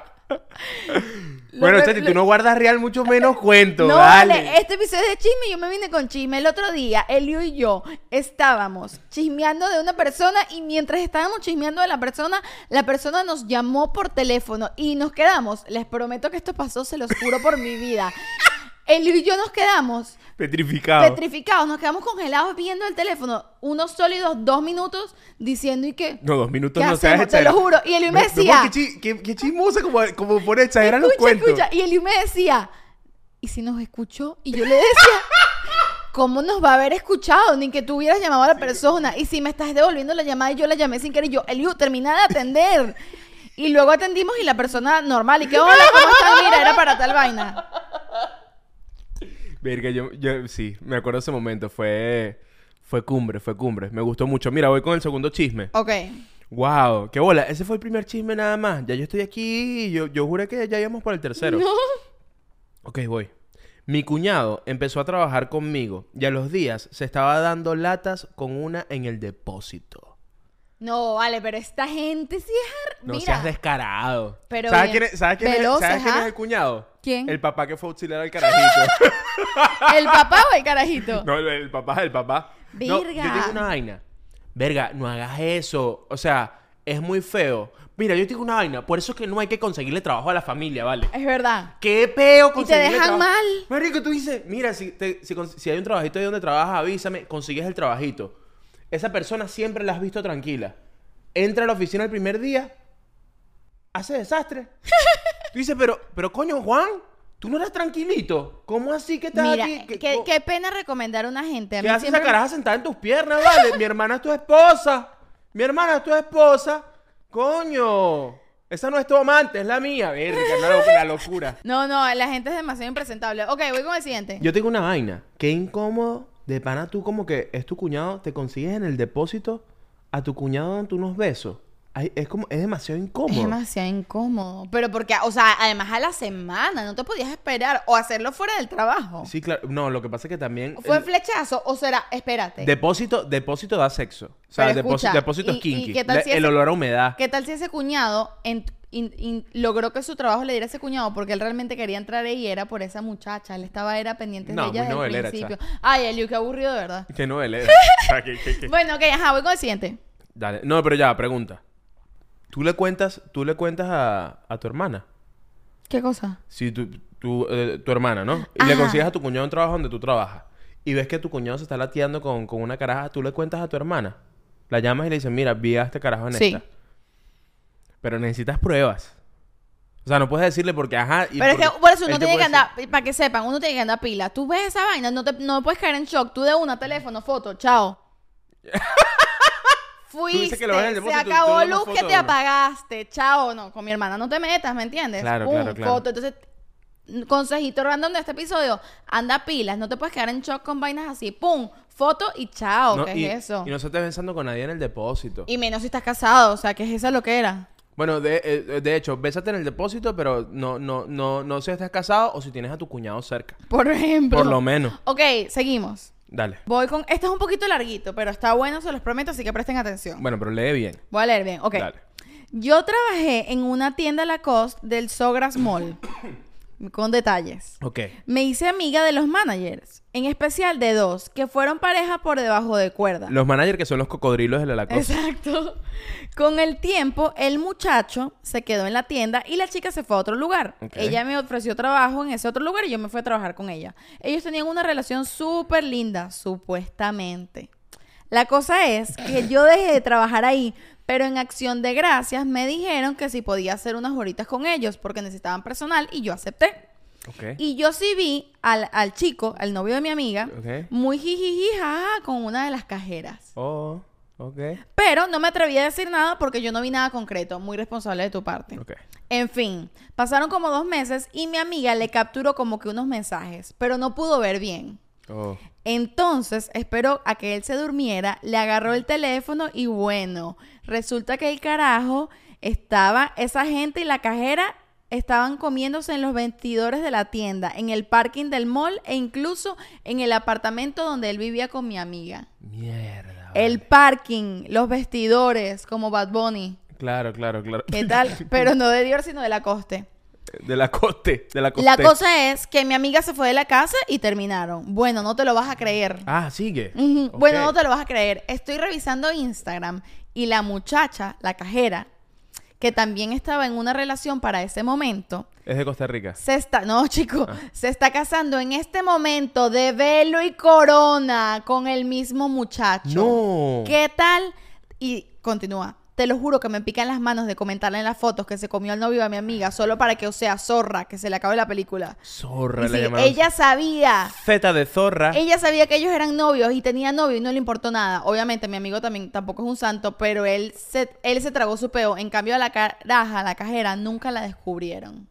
Speaker 1: Lo
Speaker 2: bueno,
Speaker 1: re-
Speaker 2: Chati,
Speaker 1: lo-
Speaker 2: tú no guardas real mucho menos cuento.
Speaker 1: No,
Speaker 2: dale.
Speaker 1: vale, este episodio es de chisme, yo me vine con chisme. El otro día, Elio y yo estábamos chismeando de una persona y mientras estábamos chismeando de la persona, la persona nos llamó por teléfono y nos quedamos. Les prometo que esto pasó, se los juro por mi vida. Elio y yo nos quedamos
Speaker 2: Petrificado.
Speaker 1: petrificados, nos quedamos congelados viendo el teléfono unos sólidos dos minutos diciendo y que...
Speaker 2: No, dos minutos
Speaker 1: ¿Qué
Speaker 2: no
Speaker 1: hacemos?
Speaker 2: seas
Speaker 1: Te lo
Speaker 2: exagerada.
Speaker 1: juro. Y el Luis me
Speaker 2: Ve- ve,
Speaker 1: decía-
Speaker 2: Qué, chi- qué- qué chismosa como, como por exagerar los
Speaker 1: escucha,
Speaker 2: cuentos.
Speaker 1: escucha. Y Eliu me decía, ¿y si nos escuchó? Y yo le decía, ¿cómo nos va a haber escuchado? Ni que tú hubieras llamado a la persona. Y si me estás devolviendo la llamada y yo la llamé sin querer, y yo, Eliu, termina de atender. Y luego atendimos y la persona normal, y que, hola, ¿cómo estás? Mira, era para tal vaina.
Speaker 2: Verga, yo, yo sí, me acuerdo ese momento. Fue, fue cumbre, fue cumbre. Me gustó mucho. Mira, voy con el segundo chisme.
Speaker 1: Ok.
Speaker 2: Wow, qué bola. Ese fue el primer chisme nada más. Ya yo estoy aquí. y Yo, yo juré que ya íbamos por el tercero.
Speaker 1: No.
Speaker 2: Ok, voy. Mi cuñado empezó a trabajar conmigo y a los días se estaba dando latas con una en el depósito.
Speaker 1: No, vale, pero esta gente sí es... ar-
Speaker 2: No
Speaker 1: Mira.
Speaker 2: seas descarado.
Speaker 1: Pero
Speaker 2: ¿Sabes,
Speaker 1: bien
Speaker 2: quién es, ¿sabes quién es-
Speaker 1: veloz,
Speaker 2: sabes quién
Speaker 1: ajá.
Speaker 2: es el cuñado?
Speaker 1: ¿Quién?
Speaker 2: El papá que fue auxiliar al carajito.
Speaker 1: ¿El papá o el carajito?
Speaker 2: No, el, el papá, el papá. No, yo
Speaker 1: Verga.
Speaker 2: tengo una vaina. Verga, no hagas eso. O sea, es muy feo. Mira, yo tengo una vaina. Por eso es que no hay que conseguirle trabajo a la familia, ¿vale?
Speaker 1: Es verdad.
Speaker 2: ¡Qué peo conseguirle
Speaker 1: dejan
Speaker 2: trabajo!
Speaker 1: mal.
Speaker 2: Marico, tú dices, mira, si, te- si, cons- si hay un trabajito ahí donde trabajas, avísame. Consigues el trabajito. Esa persona siempre la has visto tranquila. Entra a la oficina el primer día, hace desastre. tú dices, pero, pero coño, Juan, tú no eras tranquilito. ¿Cómo así que estás
Speaker 1: Mira,
Speaker 2: aquí?
Speaker 1: qué,
Speaker 2: ¿Qué- co-
Speaker 1: qué pena recomendar a una gente. A
Speaker 2: ¿Qué
Speaker 1: mí
Speaker 2: hace
Speaker 1: siempre
Speaker 2: esa
Speaker 1: me-
Speaker 2: caraja sentada en tus piernas, vale? Mi hermana es tu esposa. Mi hermana es tu esposa. Coño. Esa no es tu amante, es la mía. Verga, una, lo- una locura.
Speaker 1: No, no, la gente es demasiado impresentable. Ok, voy con el siguiente.
Speaker 2: Yo tengo una vaina. Qué incómodo. De pana, tú como que es tu cuñado, te consigues en el depósito a tu cuñado dando unos besos. Ay, es como, es demasiado
Speaker 1: Es
Speaker 2: incómodo.
Speaker 1: demasiado incómodo. Pero porque, o sea, además a la semana, no te podías esperar o hacerlo fuera del trabajo.
Speaker 2: Sí, claro. No, lo que pasa es que también.
Speaker 1: ¿Fue
Speaker 2: el-
Speaker 1: flechazo o será, espérate?
Speaker 2: Depósito, depósito da sexo. O sea,
Speaker 1: Pero
Speaker 2: depósito,
Speaker 1: escucha,
Speaker 2: depósito
Speaker 1: ¿y-
Speaker 2: es kinky.
Speaker 1: y qué tal
Speaker 2: Le-
Speaker 1: si
Speaker 2: el
Speaker 1: ese-
Speaker 2: olor a humedad.
Speaker 1: ¿Qué tal si ese cuñado en- in- in- logró que su trabajo le diera ese cuñado porque él realmente quería entrar ahí y era por esa muchacha? Él estaba era pendiente
Speaker 2: No,
Speaker 1: de ella
Speaker 2: muy
Speaker 1: desde el
Speaker 2: novelera,
Speaker 1: principio. Ay, Eliu, qué aburrido de verdad.
Speaker 2: Qué novelera. O sea, que- que- que-
Speaker 1: Bueno, ok, ajá, voy con el siguiente.
Speaker 2: Dale. No, pero ya, pregunta. Tú le cuentas, tú le cuentas a, a tu hermana.
Speaker 1: ¿Qué cosa?
Speaker 2: Si tu, tu, eh, tu hermana, ¿no? Y le
Speaker 1: Ajá.
Speaker 2: consigues a tu cuñado un trabajo donde tú trabajas. Y ves que tu cuñado se está lateando con, con una caraja. Tú le cuentas a tu hermana. La llamas y le dices, mira, vi a este carajo en
Speaker 1: Sí.
Speaker 2: esta. Pero necesitas pruebas. O sea, no puedes decirle porque, ajá. y
Speaker 1: Pero es que,
Speaker 2: porque
Speaker 1: por eso
Speaker 2: él
Speaker 1: uno
Speaker 2: te
Speaker 1: tiene que
Speaker 2: puede decir-
Speaker 1: andar, para que sepan, uno tiene que andar pila. Tú ves esa vaina, no, te, no puedes caer en shock. Tú de una, teléfono, foto, chao. Fuiste,
Speaker 2: dices que lo ves en el
Speaker 1: se
Speaker 2: depósito y tú
Speaker 1: acabó
Speaker 2: tomas
Speaker 1: luz
Speaker 2: foto
Speaker 1: que
Speaker 2: de
Speaker 1: te
Speaker 2: una.
Speaker 1: apagaste, chao. No, con mi hermana no te metas, ¿me entiendes?
Speaker 2: Claro,
Speaker 1: Pum,
Speaker 2: claro, claro.
Speaker 1: foto. Entonces, consejito random de este episodio, anda pilas, no te puedes quedar en shock con vainas así. Pum, foto y chao,
Speaker 2: No,
Speaker 1: ¿qué
Speaker 2: y,
Speaker 1: es "Ah, eso?
Speaker 2: y no se estés pensando con nadie en el depósito.
Speaker 1: Y menos si estás casado, o sea, ¿qué es esa loquera?
Speaker 2: Bueno, de, eh, de hecho, bésate en el depósito, pero no, no, no, no si estás casado o si tienes a tu cuñado cerca.
Speaker 1: Por ejemplo.
Speaker 2: Por lo menos.
Speaker 1: Ok, seguimos.
Speaker 2: Dale.
Speaker 1: Voy con. Este es un poquito larguito, pero está bueno, se los prometo, así que presten atención.
Speaker 2: Bueno, pero lee bien.
Speaker 1: Voy a leer bien. Ok.
Speaker 2: Dale.
Speaker 1: Yo trabajé en una tienda Lacoste del Sogras Mall. con detalles.
Speaker 2: Ok.
Speaker 1: Me hice amiga de los managers, en especial de dos, que fueron pareja por debajo de cuerda.
Speaker 2: Los managers que son los cocodrilos de la Lacoste.
Speaker 1: Exacto. Con el tiempo, el muchacho se quedó en la tienda y la chica se fue a otro lugar.
Speaker 2: Ok.
Speaker 1: Ella me ofreció trabajo en ese otro lugar y yo me fui a trabajar con ella. Ellos tenían una relación súper linda, supuestamente. La cosa es que yo dejé de trabajar ahí, pero en acción de gracias me dijeron que si podía hacer unas horitas con ellos porque necesitaban personal y yo acepté.
Speaker 2: Ok.
Speaker 1: Y yo sí vi al, al chico, al novio de mi amiga,
Speaker 2: Ok.
Speaker 1: muy jijiji, jaja, con una de las cajeras.
Speaker 2: Oh, ok.
Speaker 1: Pero no me atreví a decir nada porque yo no vi nada concreto, muy responsable de tu parte.
Speaker 2: Ok.
Speaker 1: En fin, pasaron como dos meses y mi amiga le capturó como que unos mensajes, pero no pudo ver bien.
Speaker 2: Oh.
Speaker 1: Entonces esperó a que él se durmiera, le agarró el teléfono y bueno, resulta que el carajo estaba, esa gente y la cajera estaban comiéndose en los vestidores de la tienda, en el parking del mall e incluso en el apartamento donde él vivía con mi amiga.
Speaker 2: Mierda.
Speaker 1: El parking, los vestidores, como Bad Bunny.
Speaker 2: vale. Claro, claro, claro.
Speaker 1: ¿Qué tal? Pero no de Dior, sino de la coste.
Speaker 2: De la coste. De la coste.
Speaker 1: La cosa es que mi amiga se fue de la casa y terminaron. Bueno, no te lo vas a creer.
Speaker 2: Ah, sigue.
Speaker 1: Ujú.
Speaker 2: Ok.
Speaker 1: Bueno, no te lo vas a creer. Estoy revisando Instagram y la muchacha, la cajera, que también estaba en una relación para ese momento,
Speaker 2: Es de Costa Rica.
Speaker 1: se está, no chico,
Speaker 2: Ah.
Speaker 1: se está casando en este momento de velo y corona con el mismo muchacho.
Speaker 2: No.
Speaker 1: ¿Qué tal? Y continúa. Te lo juro que me pican las manos de comentarle en las fotos que se comió el novio de mi amiga solo para que o sea zorra, que se le acabe la película.
Speaker 2: Zorra
Speaker 1: Y
Speaker 2: la
Speaker 1: sí,
Speaker 2: llamaron. Ah.
Speaker 1: ella sabía.
Speaker 2: Z de zorra.
Speaker 1: Ella sabía que ellos eran novios y tenía novio y no le importó nada. Obviamente, mi amigo también tampoco es un santo, pero él se, él se tragó su peo. En cambio, a la caraja, la cajera, nunca la descubrieron.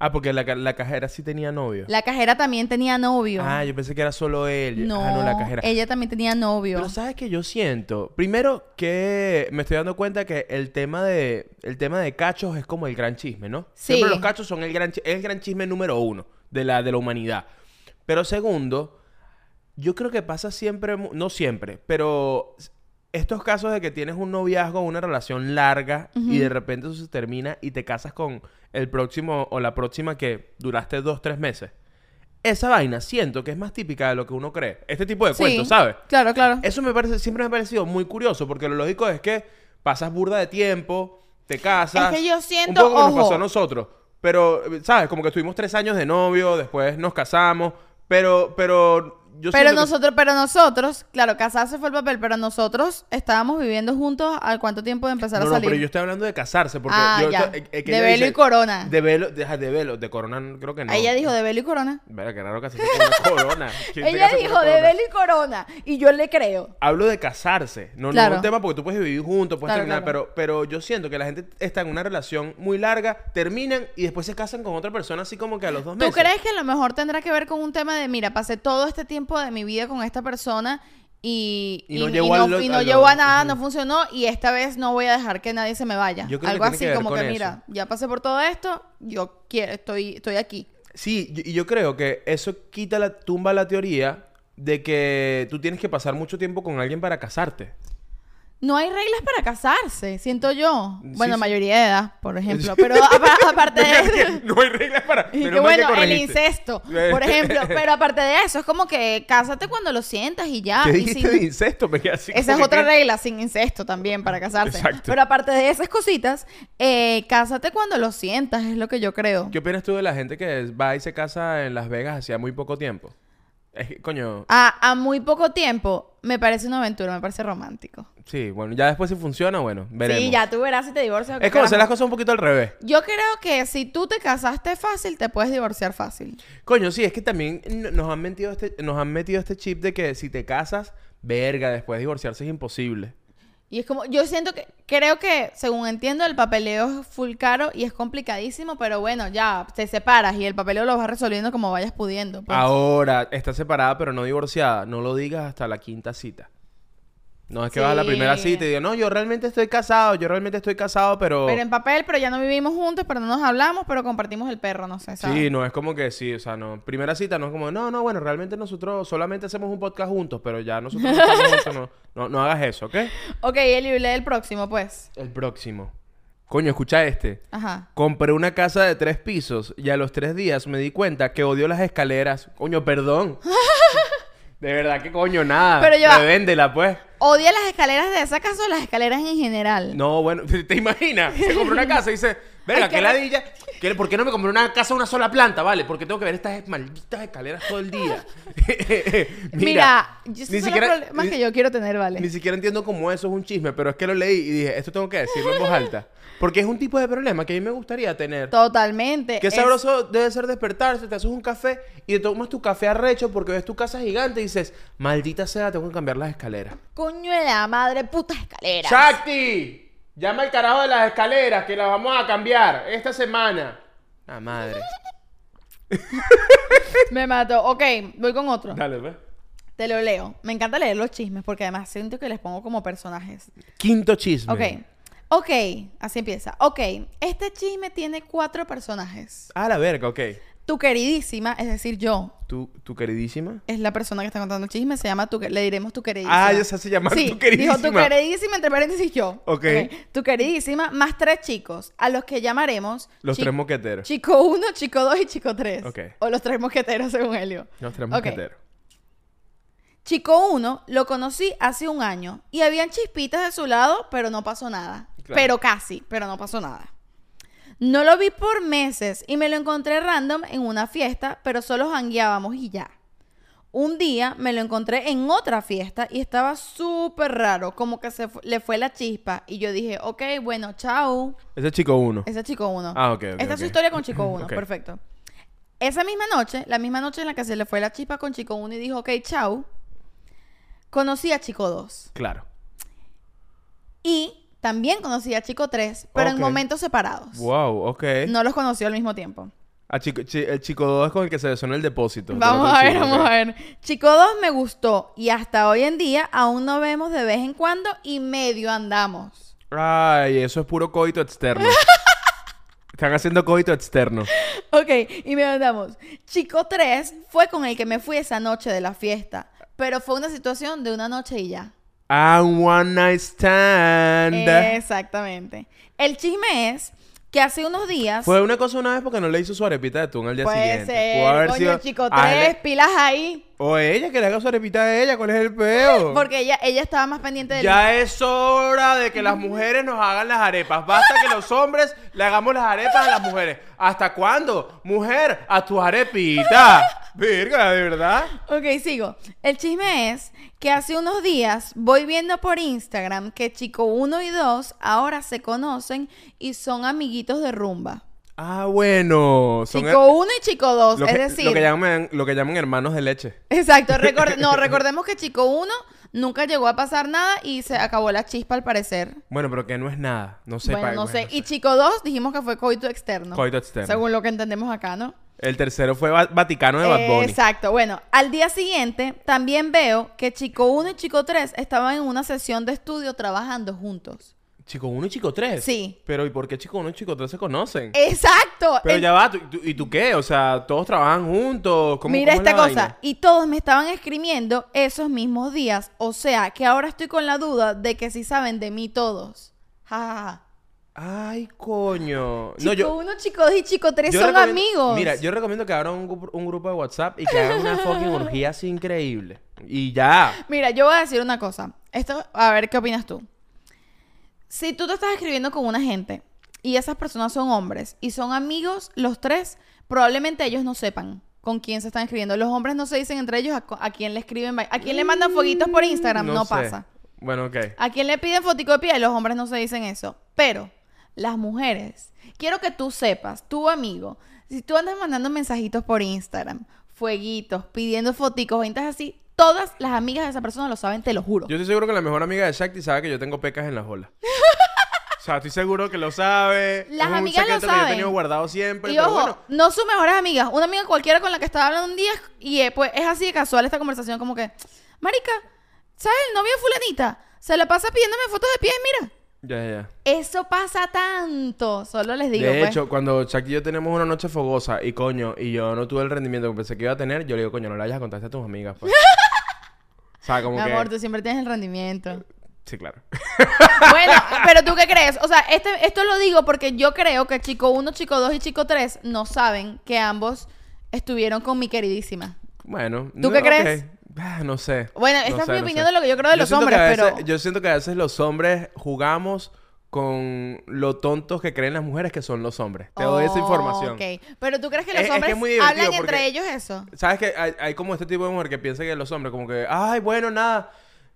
Speaker 2: Ah, porque la, ca- la cajera sí tenía novio.
Speaker 1: La cajera también tenía novio.
Speaker 2: Ah, yo pensé que era solo él.
Speaker 1: no,
Speaker 2: Ah, no, la cajera.
Speaker 1: ella también tenía novio.
Speaker 2: Pero sabes que yo siento, primero que me estoy dando cuenta que el tema de el tema de cachos es como el gran chisme, ¿no?
Speaker 1: Sí.
Speaker 2: Siempre los cachos son el gran chi- el gran chisme número uno de la de la humanidad. Pero segundo, yo creo que pasa siempre, mu- no siempre, pero s- estos casos de que tienes un noviazgo, una relación larga y de repente eso se termina y te casas con el próximo o la próxima que duraste dos, tres meses. Esa vaina siento que es más típica de lo que uno cree. Este tipo de
Speaker 1: Sí,
Speaker 2: cuentos, ¿sabes?
Speaker 1: Claro, claro.
Speaker 2: Eso me parece, siempre me ha parecido muy curioso, porque lo lógico es que pasas burda de tiempo, te casas.
Speaker 1: Es que yo siento,
Speaker 2: Un poco como
Speaker 1: ojo.
Speaker 2: nos pasó a nosotros. Pero, ¿sabes? Como que estuvimos tres años de novio, después nos casamos. Pero, pero yo
Speaker 1: pero
Speaker 2: siento que-
Speaker 1: nosotros, pero nosotros, claro, casarse fue el papel, pero nosotros estábamos viviendo juntos al cuánto tiempo de empezar
Speaker 2: No,
Speaker 1: a
Speaker 2: no,
Speaker 1: salir.
Speaker 2: pero yo estoy hablando de casarse, porque
Speaker 1: Ah,
Speaker 2: yo-
Speaker 1: ya.
Speaker 2: eh, eh, que
Speaker 1: De
Speaker 2: ella
Speaker 1: velo y corona.
Speaker 2: De velo, de, de velo, de corona no- creo que no.
Speaker 1: Ella dijo de velo y corona.
Speaker 2: Verga, qué raro casarse con una corona. ¿Quién se
Speaker 1: Ella
Speaker 2: casa con una
Speaker 1: dijo de
Speaker 2: corona?
Speaker 1: velo y corona. Y yo le creo.
Speaker 2: Hablo de casarse, no, no
Speaker 1: Claro.
Speaker 2: es un tema porque tú puedes vivir juntos, puedes
Speaker 1: Claro,
Speaker 2: terminar,
Speaker 1: claro.
Speaker 2: Pero, pero yo siento que la gente está en una relación muy larga, terminan y después se casan con otra persona así como que a los dos
Speaker 1: ¿Tú
Speaker 2: meses.
Speaker 1: crees que a lo mejor tendrá que ver con un tema de, mira, pasé todo este tiempo de mi vida con esta persona y,
Speaker 2: Y no llegó
Speaker 1: no,
Speaker 2: al lo-
Speaker 1: y no
Speaker 2: a lo-
Speaker 1: llegó a nada,
Speaker 2: Ujú.
Speaker 1: no funcionó y esta vez no voy a dejar que nadie se me vaya?
Speaker 2: Yo creo que
Speaker 1: Algo
Speaker 2: tiene
Speaker 1: así,
Speaker 2: que ver
Speaker 1: como
Speaker 2: con
Speaker 1: que,
Speaker 2: eso.
Speaker 1: mira, ya pasé por todo esto, yo quiero, estoy, estoy aquí.
Speaker 2: Sí, yo- y yo creo que eso quita la tumba la teoría de que tú tienes que pasar mucho tiempo con alguien para casarte.
Speaker 1: No hay reglas para casarse, siento yo.
Speaker 2: Sí,
Speaker 1: Bueno,
Speaker 2: sí.
Speaker 1: mayoría de edad, por ejemplo. Pero apa- aparte de eso.
Speaker 2: no hay reglas para.
Speaker 1: Y
Speaker 2: menos
Speaker 1: que
Speaker 2: mal que
Speaker 1: bueno, el
Speaker 2: corregiste.
Speaker 1: incesto, por ejemplo. Pero aparte de eso, es como que cásate cuando lo sientas y ya.
Speaker 2: ¿Qué
Speaker 1: ah, y
Speaker 2: dijiste
Speaker 1: si no-
Speaker 2: de incesto? Me quedé así
Speaker 1: Esa es
Speaker 2: como que
Speaker 1: otra
Speaker 2: qué-
Speaker 1: regla, sin incesto también, para casarse.
Speaker 2: Exacto.
Speaker 1: Pero aparte de esas cositas, eh, cásate cuando lo sientas, es lo que yo creo.
Speaker 2: ¿Qué opinas tú de la gente que va y se casa en Las Vegas hacía muy poco tiempo? Es que, coño,
Speaker 1: A, a muy poco tiempo, me parece una aventura, me parece romántico.
Speaker 2: sí, bueno, ya después si funciona, bueno, veremos.
Speaker 1: Sí, ya tú verás si te divorcias. o qué
Speaker 2: Es como hacer las
Speaker 1: carajo.
Speaker 2: cosas un poquito al revés.
Speaker 1: Yo creo que si tú te casaste fácil, te puedes divorciar fácil.
Speaker 2: Coño, sí, es que también n- nos han metido este, nos han metido este chip de que si te casas, verga, después divorciarse es imposible.
Speaker 1: Y es como, yo siento que, creo que, según entiendo, el papeleo es full caro y es complicadísimo, pero bueno, ya te separas y el papeleo lo vas resolviendo como vayas pudiendo. pues.
Speaker 2: Ahora, está separada pero no divorciada. No lo digas hasta la quinta cita. No es que vas a la
Speaker 1: Sí.
Speaker 2: primera cita y digas, no, yo realmente estoy casado, yo realmente estoy casado, pero...
Speaker 1: Pero en papel, pero ya no vivimos juntos, pero no nos hablamos, pero compartimos el perro, no sé, ¿sabes?
Speaker 2: Sí, no es como que sí, o sea, no. Primera cita no es como, no, no, bueno, realmente nosotros solamente hacemos un podcast juntos, pero ya nosotros no estamos juntos, no, no, no hagas eso, ¿ok?
Speaker 1: Ok, Eli, lee el próximo, pues.
Speaker 2: El próximo. Coño, escucha este.
Speaker 1: Ajá.
Speaker 2: Compré una casa de tres pisos y a los tres días me di cuenta que odio las escaleras. Coño, perdón. De verdad que coño, nada.
Speaker 1: Pero ya va.
Speaker 2: Revéndela, pues.
Speaker 1: ¿Odia las escaleras de esa casa o las escaleras en general?
Speaker 2: No, bueno, ¿te imaginas? Se compró una casa y dice,
Speaker 1: Ay,
Speaker 2: verga,
Speaker 1: qué
Speaker 2: qué
Speaker 1: ra-
Speaker 2: ladilla. ¿Qué- ¿Por qué no me compré una casa una sola planta? Vale, porque tengo que ver estas malditas escaleras todo el día.
Speaker 1: Mira, yo- esos
Speaker 2: ni
Speaker 1: son los
Speaker 2: siquiera,
Speaker 1: problemas
Speaker 2: ni,
Speaker 1: que yo quiero tener, ¿vale?
Speaker 2: ni siquiera entiendo cómo eso es un chisme, pero es que lo leí y dije, esto tengo que decirlo en voz alta. Porque es un tipo de problema que a mí me gustaría tener.
Speaker 1: Totalmente.
Speaker 2: Qué
Speaker 1: Es-
Speaker 2: sabroso debe ser despertarse, te haces un café y te tomas tu café arrecho porque ves tu casa gigante y dices, maldita sea, tengo que cambiar las escaleras.
Speaker 1: Coño de la madre, putas escaleras.
Speaker 2: ¡Shakti! Llama al carajo de las escaleras que las vamos a cambiar esta semana. Ah, madre.
Speaker 1: Me mató. Ok, voy con otro.
Speaker 2: Dale, ve.
Speaker 1: Te lo leo. Me encanta leer los chismes porque además siento que les pongo como personajes.
Speaker 2: Quinto chisme.
Speaker 1: Ok. Ok, así empieza. Ok, este chisme tiene cuatro personajes.
Speaker 2: A Ah, la verga, ok.
Speaker 1: Tu queridísima, es decir, yo,
Speaker 2: ¿Tu, tu queridísima?
Speaker 1: es la persona que está contando el chisme, se llama tu, que- le diremos tu queridísima.
Speaker 2: Ah, ya se hace llamar
Speaker 1: Sí,
Speaker 2: tu queridísima.
Speaker 1: dijo tu queridísima, entre paréntesis yo.
Speaker 2: Ok.
Speaker 1: Tu queridísima, más tres chicos, a los que llamaremos...
Speaker 2: Los
Speaker 1: chi-
Speaker 2: tres moqueteros.
Speaker 1: Chico 1, chico 2 y chico 3.
Speaker 2: Ok.
Speaker 1: O los tres mosqueteros, según Helio.
Speaker 2: Los tres
Speaker 1: Ok.
Speaker 2: moqueteros.
Speaker 1: Chico 1 lo conocí hace un año y habían chispitas de su lado, pero no pasó nada.
Speaker 2: Claro.
Speaker 1: Pero casi, pero no pasó nada. No lo vi por meses y me lo encontré random en una fiesta, pero solo jangueábamos y ya. Un día me lo encontré en otra fiesta y estaba súper raro, como que se fu- le fue la chispa y yo dije, ok, bueno, chao.
Speaker 2: Ese chico uno.
Speaker 1: Ese es Chico 1.
Speaker 2: Ah, ok, ok,
Speaker 1: Esta es su
Speaker 2: ok.
Speaker 1: historia con Chico 1,
Speaker 2: Ok.
Speaker 1: perfecto. Esa misma noche, la misma noche en la que se le fue la chispa con Chico 1 y dijo, ok, chau, conocí a Chico 2.
Speaker 2: Claro.
Speaker 1: Y también conocí a Chico 3, pero en
Speaker 2: Ok.
Speaker 1: momentos separados.
Speaker 2: Wow, ok.
Speaker 1: No los conoció al mismo tiempo.
Speaker 2: A chico, chi- el chico 2 es con el que se sonó el depósito. del
Speaker 1: Vamos
Speaker 2: otro
Speaker 1: a ver,
Speaker 2: chico,
Speaker 1: vamos
Speaker 2: ok.
Speaker 1: a ver. Chico 2 me gustó y hasta hoy en día aún nos vemos de vez en cuando y medio andamos.
Speaker 2: Ay, eso es puro coito externo. Están haciendo coito externo.
Speaker 1: Ok, y me mandamos. Chico 3 fue con el que me fui esa noche de la fiesta, pero fue una situación de una noche y ya.
Speaker 2: A one night stand.
Speaker 1: Exactamente. El chisme es que hace unos días...
Speaker 2: Fue una cosa una vez porque no le hizo su arepita de atún al día
Speaker 1: puede
Speaker 2: siguiente.
Speaker 1: ser,
Speaker 2: Pudo haber
Speaker 1: coño,
Speaker 2: sido-
Speaker 1: Chico 3,
Speaker 2: hazle-
Speaker 1: pilas ahí.
Speaker 2: O ella, que le haga su arepita a ella, ¿cuál es el peo?
Speaker 1: Porque ella, ella estaba más pendiente del
Speaker 2: Ya es hora de que las mujeres nos hagan las arepas. Basta que los hombres le hagamos las arepas a las mujeres. ¿Hasta cuándo? Mujer, a tus arepitas. Verga, de verdad.
Speaker 1: Ok, sigo. El chisme es que hace unos días voy viendo por Instagram que Chico 1 y 2 ahora se conocen y son amiguitos de rumba.
Speaker 2: Ah, bueno. Son e-
Speaker 1: Chico 1 y Chico 2,
Speaker 2: lo
Speaker 1: es
Speaker 2: que-
Speaker 1: decir...
Speaker 2: Lo que, llaman, lo que llaman hermanos de leche.
Speaker 1: Exacto, recorde- no, recordemos que Chico 1 nunca llegó a pasar nada y se acabó la chispa al parecer.
Speaker 2: Bueno, pero que no es nada. No sé.
Speaker 1: Bueno,
Speaker 2: pa-
Speaker 1: no sé.
Speaker 2: no
Speaker 1: Y Chico 2 dijimos que fue coito externo.
Speaker 2: Coito externo.
Speaker 1: Según lo que entendemos acá, ¿no?
Speaker 2: El tercero fue Va- Vaticano de Bad
Speaker 1: Eh,
Speaker 2: Bunny.
Speaker 1: Exacto. Bueno, al día siguiente también veo que Chico 1 y Chico 3 estaban en una sesión de estudio trabajando juntos.
Speaker 2: Chico 1 y Chico 3.
Speaker 1: Sí. Eh,
Speaker 2: Pero ¿y por qué Chico 1 y Chico 3 se conocen?
Speaker 1: Exacto.
Speaker 2: Pero
Speaker 1: En-
Speaker 2: ya va, ¿tú- tú- ¿y tú qué? O sea, todos trabajan juntos. ¿Cómo,
Speaker 1: Mira
Speaker 2: cómo es
Speaker 1: esta
Speaker 2: la
Speaker 1: cosa.
Speaker 2: vaina?
Speaker 1: Y todos me estaban escribiendo esos mismos días. O sea, que ahora estoy con la duda de que si saben de mí todos. Ja, ja, ja.
Speaker 2: Ay, coño.
Speaker 1: Chico
Speaker 2: no, yo,
Speaker 1: 1, chico 2 y chico 3
Speaker 2: yo
Speaker 1: son
Speaker 2: recomiendo-
Speaker 1: amigos.
Speaker 2: Mira, yo recomiendo que abran un, gru- un grupo de WhatsApp y que hagan una fucking orgía así increíble. Y ya.
Speaker 1: Mira, yo voy a decir una cosa. Esto, a ver, ¿qué opinas tú? Si tú te estás escribiendo con una gente y esas personas son hombres y son amigos los tres, probablemente ellos no sepan con quién se están escribiendo. Los hombres no se dicen entre ellos a, co- a quién le escriben, vai- a quién le mandan fueguitos por Instagram, no,
Speaker 2: sé.
Speaker 1: pasa.
Speaker 2: Bueno, ok.
Speaker 1: A quién le piden fotocopia y los hombres no se dicen eso. Pero las mujeres, quiero que tú sepas, tu amigo, si tú andas mandando mensajitos por Instagram, fueguitos, pidiendo foticos, ventas así, todas las amigas de esa persona lo saben, te lo juro.
Speaker 2: Yo estoy seguro que la mejor amiga de Shakti sabe que yo tengo pecas en las olas. o sea, estoy seguro que lo sabe.
Speaker 1: Las
Speaker 2: es
Speaker 1: amigas
Speaker 2: un
Speaker 1: lo
Speaker 2: secreto que yo he
Speaker 1: saben.
Speaker 2: tenido guardado siempre.
Speaker 1: Y
Speaker 2: pero
Speaker 1: ojo,
Speaker 2: bueno,
Speaker 1: no sus mejores amigas, una amiga cualquiera con la que estaba hablando un día y eh, pues es así de casual esta conversación como que, marica, ¿sabes el novio de fulanita? Se la pasa pidiéndome fotos de pies, mira.
Speaker 2: ya, ya, ya.
Speaker 1: Eso pasa tanto, solo les digo.
Speaker 2: de
Speaker 1: pues.
Speaker 2: hecho, cuando Shakti y yo tenemos una noche fogosa y coño, y yo no tuve el rendimiento que pensé que iba a tener, yo le digo, coño, no le vayas a contar esto a tus amigas. Pues. o sea, como
Speaker 1: Mi
Speaker 2: que.
Speaker 1: amor, tú siempre tienes el rendimiento.
Speaker 2: Sí, claro.
Speaker 1: Bueno, pero tú qué crees? O sea, este, esto lo digo porque yo creo que chico 1, chico 2 y chico 3 no saben que ambos estuvieron con mi queridísima.
Speaker 2: Bueno.
Speaker 1: ¿Tú qué crees?
Speaker 2: ok. Ah, no sé.
Speaker 1: Bueno,
Speaker 2: No
Speaker 1: esta es
Speaker 2: sé,
Speaker 1: mi
Speaker 2: no
Speaker 1: opinión
Speaker 2: sé.
Speaker 1: de lo que yo creo de los
Speaker 2: siento que
Speaker 1: hombres,
Speaker 2: a veces-
Speaker 1: pero
Speaker 2: Yo siento que a veces los hombres jugamos con lo tontos que creen las mujeres que son los hombres. Te doy esa
Speaker 1: Oh,
Speaker 2: información.
Speaker 1: ok. Pero tú crees que
Speaker 2: Es-
Speaker 1: los
Speaker 2: es que es
Speaker 1: hombres
Speaker 2: muy divertido
Speaker 1: hablan entre
Speaker 2: porque-
Speaker 1: ellos eso?
Speaker 2: ¿Sabes que hay, hay como este tipo de mujer que piensa que los hombres, como que, ay, bueno, nada,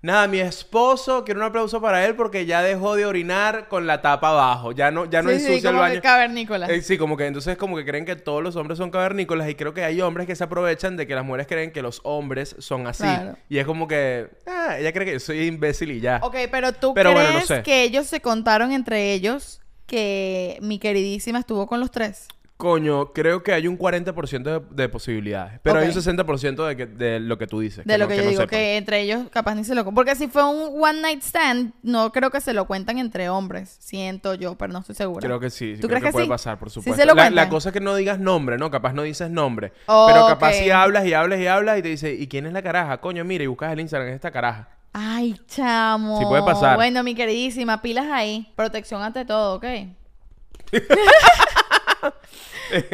Speaker 2: nada, mi esposo, quiero un aplauso para él porque ya dejó de orinar con la tapa abajo, ya no, ya no
Speaker 1: sí, sí,
Speaker 2: ensucia el
Speaker 1: como
Speaker 2: baño.
Speaker 1: que cavernícola.
Speaker 2: Eh, sí, como que entonces como que creen que todos los hombres son cavernícolas y creo que hay hombres que se aprovechan de que las mujeres creen que los hombres son así.
Speaker 1: Claro.
Speaker 2: Y es como que, ah, ella cree que yo soy imbécil y ya.
Speaker 1: Ok, pero tú
Speaker 2: Pero
Speaker 1: crees
Speaker 2: bueno, no sé.
Speaker 1: que ellos se contaron entre ellos que mi queridísima estuvo con los tres.
Speaker 2: Coño, creo que hay un 40% de, de posibilidades, pero hay
Speaker 1: Ok.
Speaker 2: un 60% de, que- de lo que tú dices.
Speaker 1: De lo
Speaker 2: no-
Speaker 1: que yo
Speaker 2: no
Speaker 1: digo,
Speaker 2: sepan.
Speaker 1: que entre ellos capaz ni se lo... cu- Porque si fue un one night stand, no creo que se lo cuentan entre hombres. Siento yo, pero no estoy segura.
Speaker 2: Creo que sí.
Speaker 1: ¿Tú
Speaker 2: creo
Speaker 1: crees
Speaker 2: que,
Speaker 1: que
Speaker 2: puede
Speaker 1: sí?
Speaker 2: pasar, por
Speaker 1: Sí se
Speaker 2: supuesto.
Speaker 1: lo
Speaker 2: la, la
Speaker 1: cuentan.
Speaker 2: cosa es que no digas nombre, ¿no? Capaz no dices nombre.
Speaker 1: Oh,
Speaker 2: pero capaz
Speaker 1: ok.
Speaker 2: si hablas y hablas y hablas y te dice, ¿y quién es la caraja? Coño, mira, y buscas el Instagram, es esta caraja.
Speaker 1: Ay, chamo.
Speaker 2: Sí puede pasar.
Speaker 1: Bueno, mi queridísima, pilas ahí. Protección ante todo, ¿ok?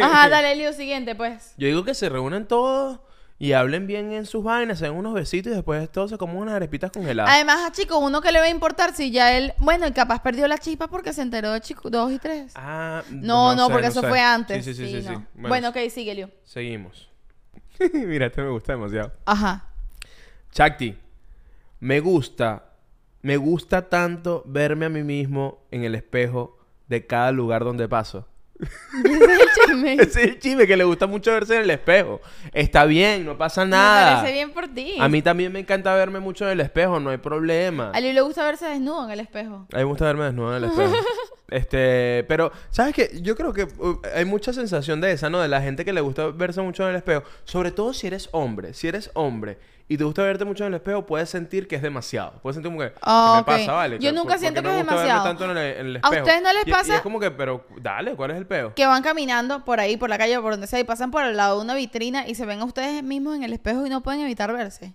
Speaker 1: Ajá, dale, Leo, siguiente, pues.
Speaker 2: Yo digo que se reúnan todos y hablen bien en sus vainas, se den unos besitos y después todos se comen unas arepitas congeladas.
Speaker 1: Además, a chico, uno que le va a importar si ya él... Bueno, el capaz perdió la chispa porque se enteró de chico 2 y 3.
Speaker 2: Ah,
Speaker 1: no, no,
Speaker 2: sé,
Speaker 1: porque eso
Speaker 2: sé.
Speaker 1: fue antes.
Speaker 2: Sí, sí, sí, sí. sí.
Speaker 1: no. Bueno,
Speaker 2: Bueno,
Speaker 1: ok, sigue, Leo.
Speaker 2: seguimos. mira, este me gusta demasiado.
Speaker 1: Ajá.
Speaker 2: Chakti, me gusta, me gusta tanto verme a mí mismo en el espejo de cada lugar donde paso.
Speaker 1: Ese es el chisme.
Speaker 2: Ese es el chisme que le gusta mucho verse en el espejo. Está bien, no pasa
Speaker 1: Me
Speaker 2: nada.
Speaker 1: parece bien por ti.
Speaker 2: A mí también me encanta verme mucho en el espejo, no hay problema.
Speaker 1: A Leo le gusta verse desnudo en el espejo.
Speaker 2: A mí me gusta verme desnudo en el espejo. este, pero, ¿sabes qué? Yo creo que uh, hay mucha sensación de esa, ¿no? De la gente que le gusta verse mucho en el espejo. Sobre todo si eres hombre. Si eres hombre y te gusta verte mucho en el espejo, puedes sentir que es demasiado. Puedes sentir como que.
Speaker 1: Ah,
Speaker 2: ¿Qué
Speaker 1: ok.
Speaker 2: me pasa, vale?
Speaker 1: Yo
Speaker 2: ¿Por-
Speaker 1: nunca
Speaker 2: por qué
Speaker 1: siento
Speaker 2: me
Speaker 1: que es
Speaker 2: gusta verme
Speaker 1: demasiado.
Speaker 2: tanto en el- en el
Speaker 1: ¿A
Speaker 2: espejo?
Speaker 1: ustedes no les
Speaker 2: Y- y
Speaker 1: pasa-
Speaker 2: es como que, pero, dale, ¿cuál es el peo?
Speaker 1: que van caminando por ahí, por la calle o por donde sea, y pasan por al lado de una vitrina y se ven a ustedes mismos en el espejo y no pueden evitar verse.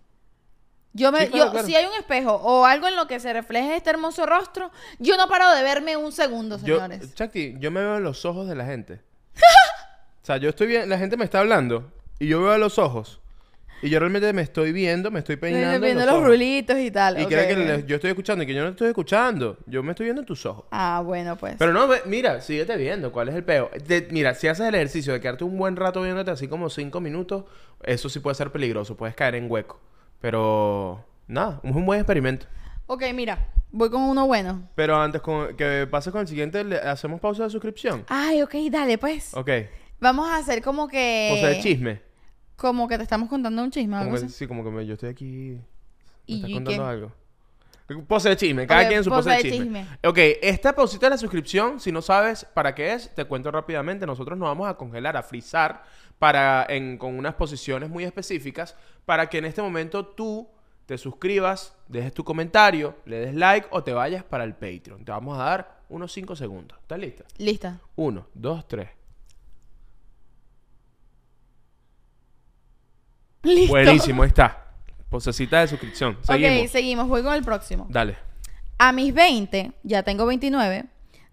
Speaker 1: Yo me,
Speaker 2: Sí, claro,
Speaker 1: yo,
Speaker 2: claro.
Speaker 1: si hay un espejo o algo en lo que se refleje este hermoso rostro, yo no paro de verme un segundo,
Speaker 2: Yo,
Speaker 1: señores.
Speaker 2: Chakti, yo me veo en los ojos de la gente. o sea, yo estoy bien, la gente me está hablando y yo veo a los ojos Y yo realmente me estoy viendo, me estoy peinando. en
Speaker 1: Viendo
Speaker 2: los
Speaker 1: los
Speaker 2: ojos.
Speaker 1: rulitos y tal.
Speaker 2: Y
Speaker 1: ok,
Speaker 2: creen que
Speaker 1: ok.
Speaker 2: le- yo estoy escuchando y que yo no te estoy escuchando. Yo me estoy viendo en tus ojos.
Speaker 1: Ah, bueno, pues.
Speaker 2: Pero no, ve- mira, síguete viendo, ¿cuál es el peo? Te- mira, si haces el ejercicio de quedarte un buen rato viéndote así como cinco minutos, eso sí puede ser peligroso, puedes caer en hueco. Pero nada, es un buen experimento.
Speaker 1: Ok, mira, voy con uno bueno.
Speaker 2: Pero antes con- que pases con el siguiente, le hacemos pausa de suscripción.
Speaker 1: Ay, ok, dale, pues.
Speaker 2: Ok.
Speaker 1: Vamos a hacer como que.
Speaker 2: O sea, de chisme.
Speaker 1: Como que te estamos contando un chisme.
Speaker 2: Como
Speaker 1: algo
Speaker 2: que-
Speaker 1: así.
Speaker 2: sí, como que me- yo estoy aquí. Me
Speaker 1: ¿Y
Speaker 2: estás
Speaker 1: qué?
Speaker 2: contando algo. Pose de chisme, cada
Speaker 1: Ok,
Speaker 2: quien su pose, de chisme.
Speaker 1: chisme.
Speaker 2: Ok, esta pausita de la suscripción, si no sabes para qué es, te cuento rápidamente. Nosotros nos vamos a congelar, a frizar para, en, con unas posiciones muy específicas para que en este momento tú te suscribas, dejes tu comentario, le des like o te vayas para el Patreon. Te vamos a dar unos 5 segundos. ¿Estás lista?
Speaker 1: Lista.
Speaker 2: Uno, dos, tres.
Speaker 1: Listo.
Speaker 2: Buenísimo, ahí está. Posecita de suscripción. Seguimos.
Speaker 1: Ok, seguimos. Voy con el próximo.
Speaker 2: Dale.
Speaker 1: A mis 20, ya tengo 29,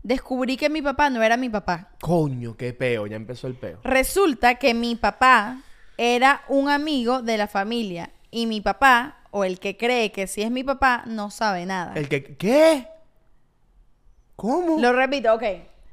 Speaker 1: descubrí que mi papá no era mi papá.
Speaker 2: Coño, qué peo, ya empezó el peo.
Speaker 1: Resulta que mi papá era un amigo de la familia y mi papá, o el que cree que sí es mi papá, no sabe nada.
Speaker 2: El que. ¿Qué? ¿Cómo?
Speaker 1: Lo repito, ok.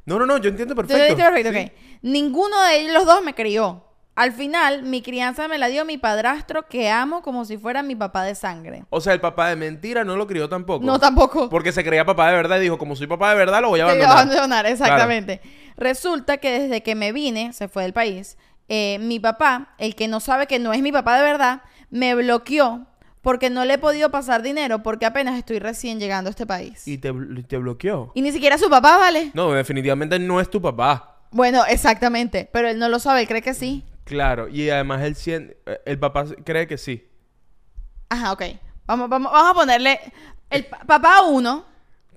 Speaker 2: No, no, no, yo entiendo
Speaker 1: Tú lo
Speaker 2: perfecto.
Speaker 1: dijiste perfecto,
Speaker 2: Sí.
Speaker 1: ok. Ninguno de ellos, los dos, me crió. Al final, mi crianza me la dio mi padrastro, que amo como si fuera mi papá de sangre.
Speaker 2: O sea, el papá de mentira no lo crió tampoco.
Speaker 1: No, tampoco.
Speaker 2: Porque se creía papá de verdad y dijo, como soy papá de verdad, lo voy a
Speaker 1: Te
Speaker 2: abandonar.
Speaker 1: iba a abandonar, exactamente. Resulta que desde que me vine, se fue del país, eh, mi papá, el que no sabe que no es mi papá de verdad, me bloqueó porque no le he podido pasar dinero porque apenas estoy recién llegando a este país.
Speaker 2: Y
Speaker 1: Y,
Speaker 2: te, bl- y te bloqueó.
Speaker 1: ni siquiera su papá, ¿vale?
Speaker 2: No, definitivamente no es tu papá.
Speaker 1: Bueno, exactamente, pero él no lo sabe, él cree que sí.
Speaker 2: Claro, y además él sien- eh, el papá cree que sí.
Speaker 1: Ajá, ok. Vamos, vamos, vamos a ponerle... El pa- papá uno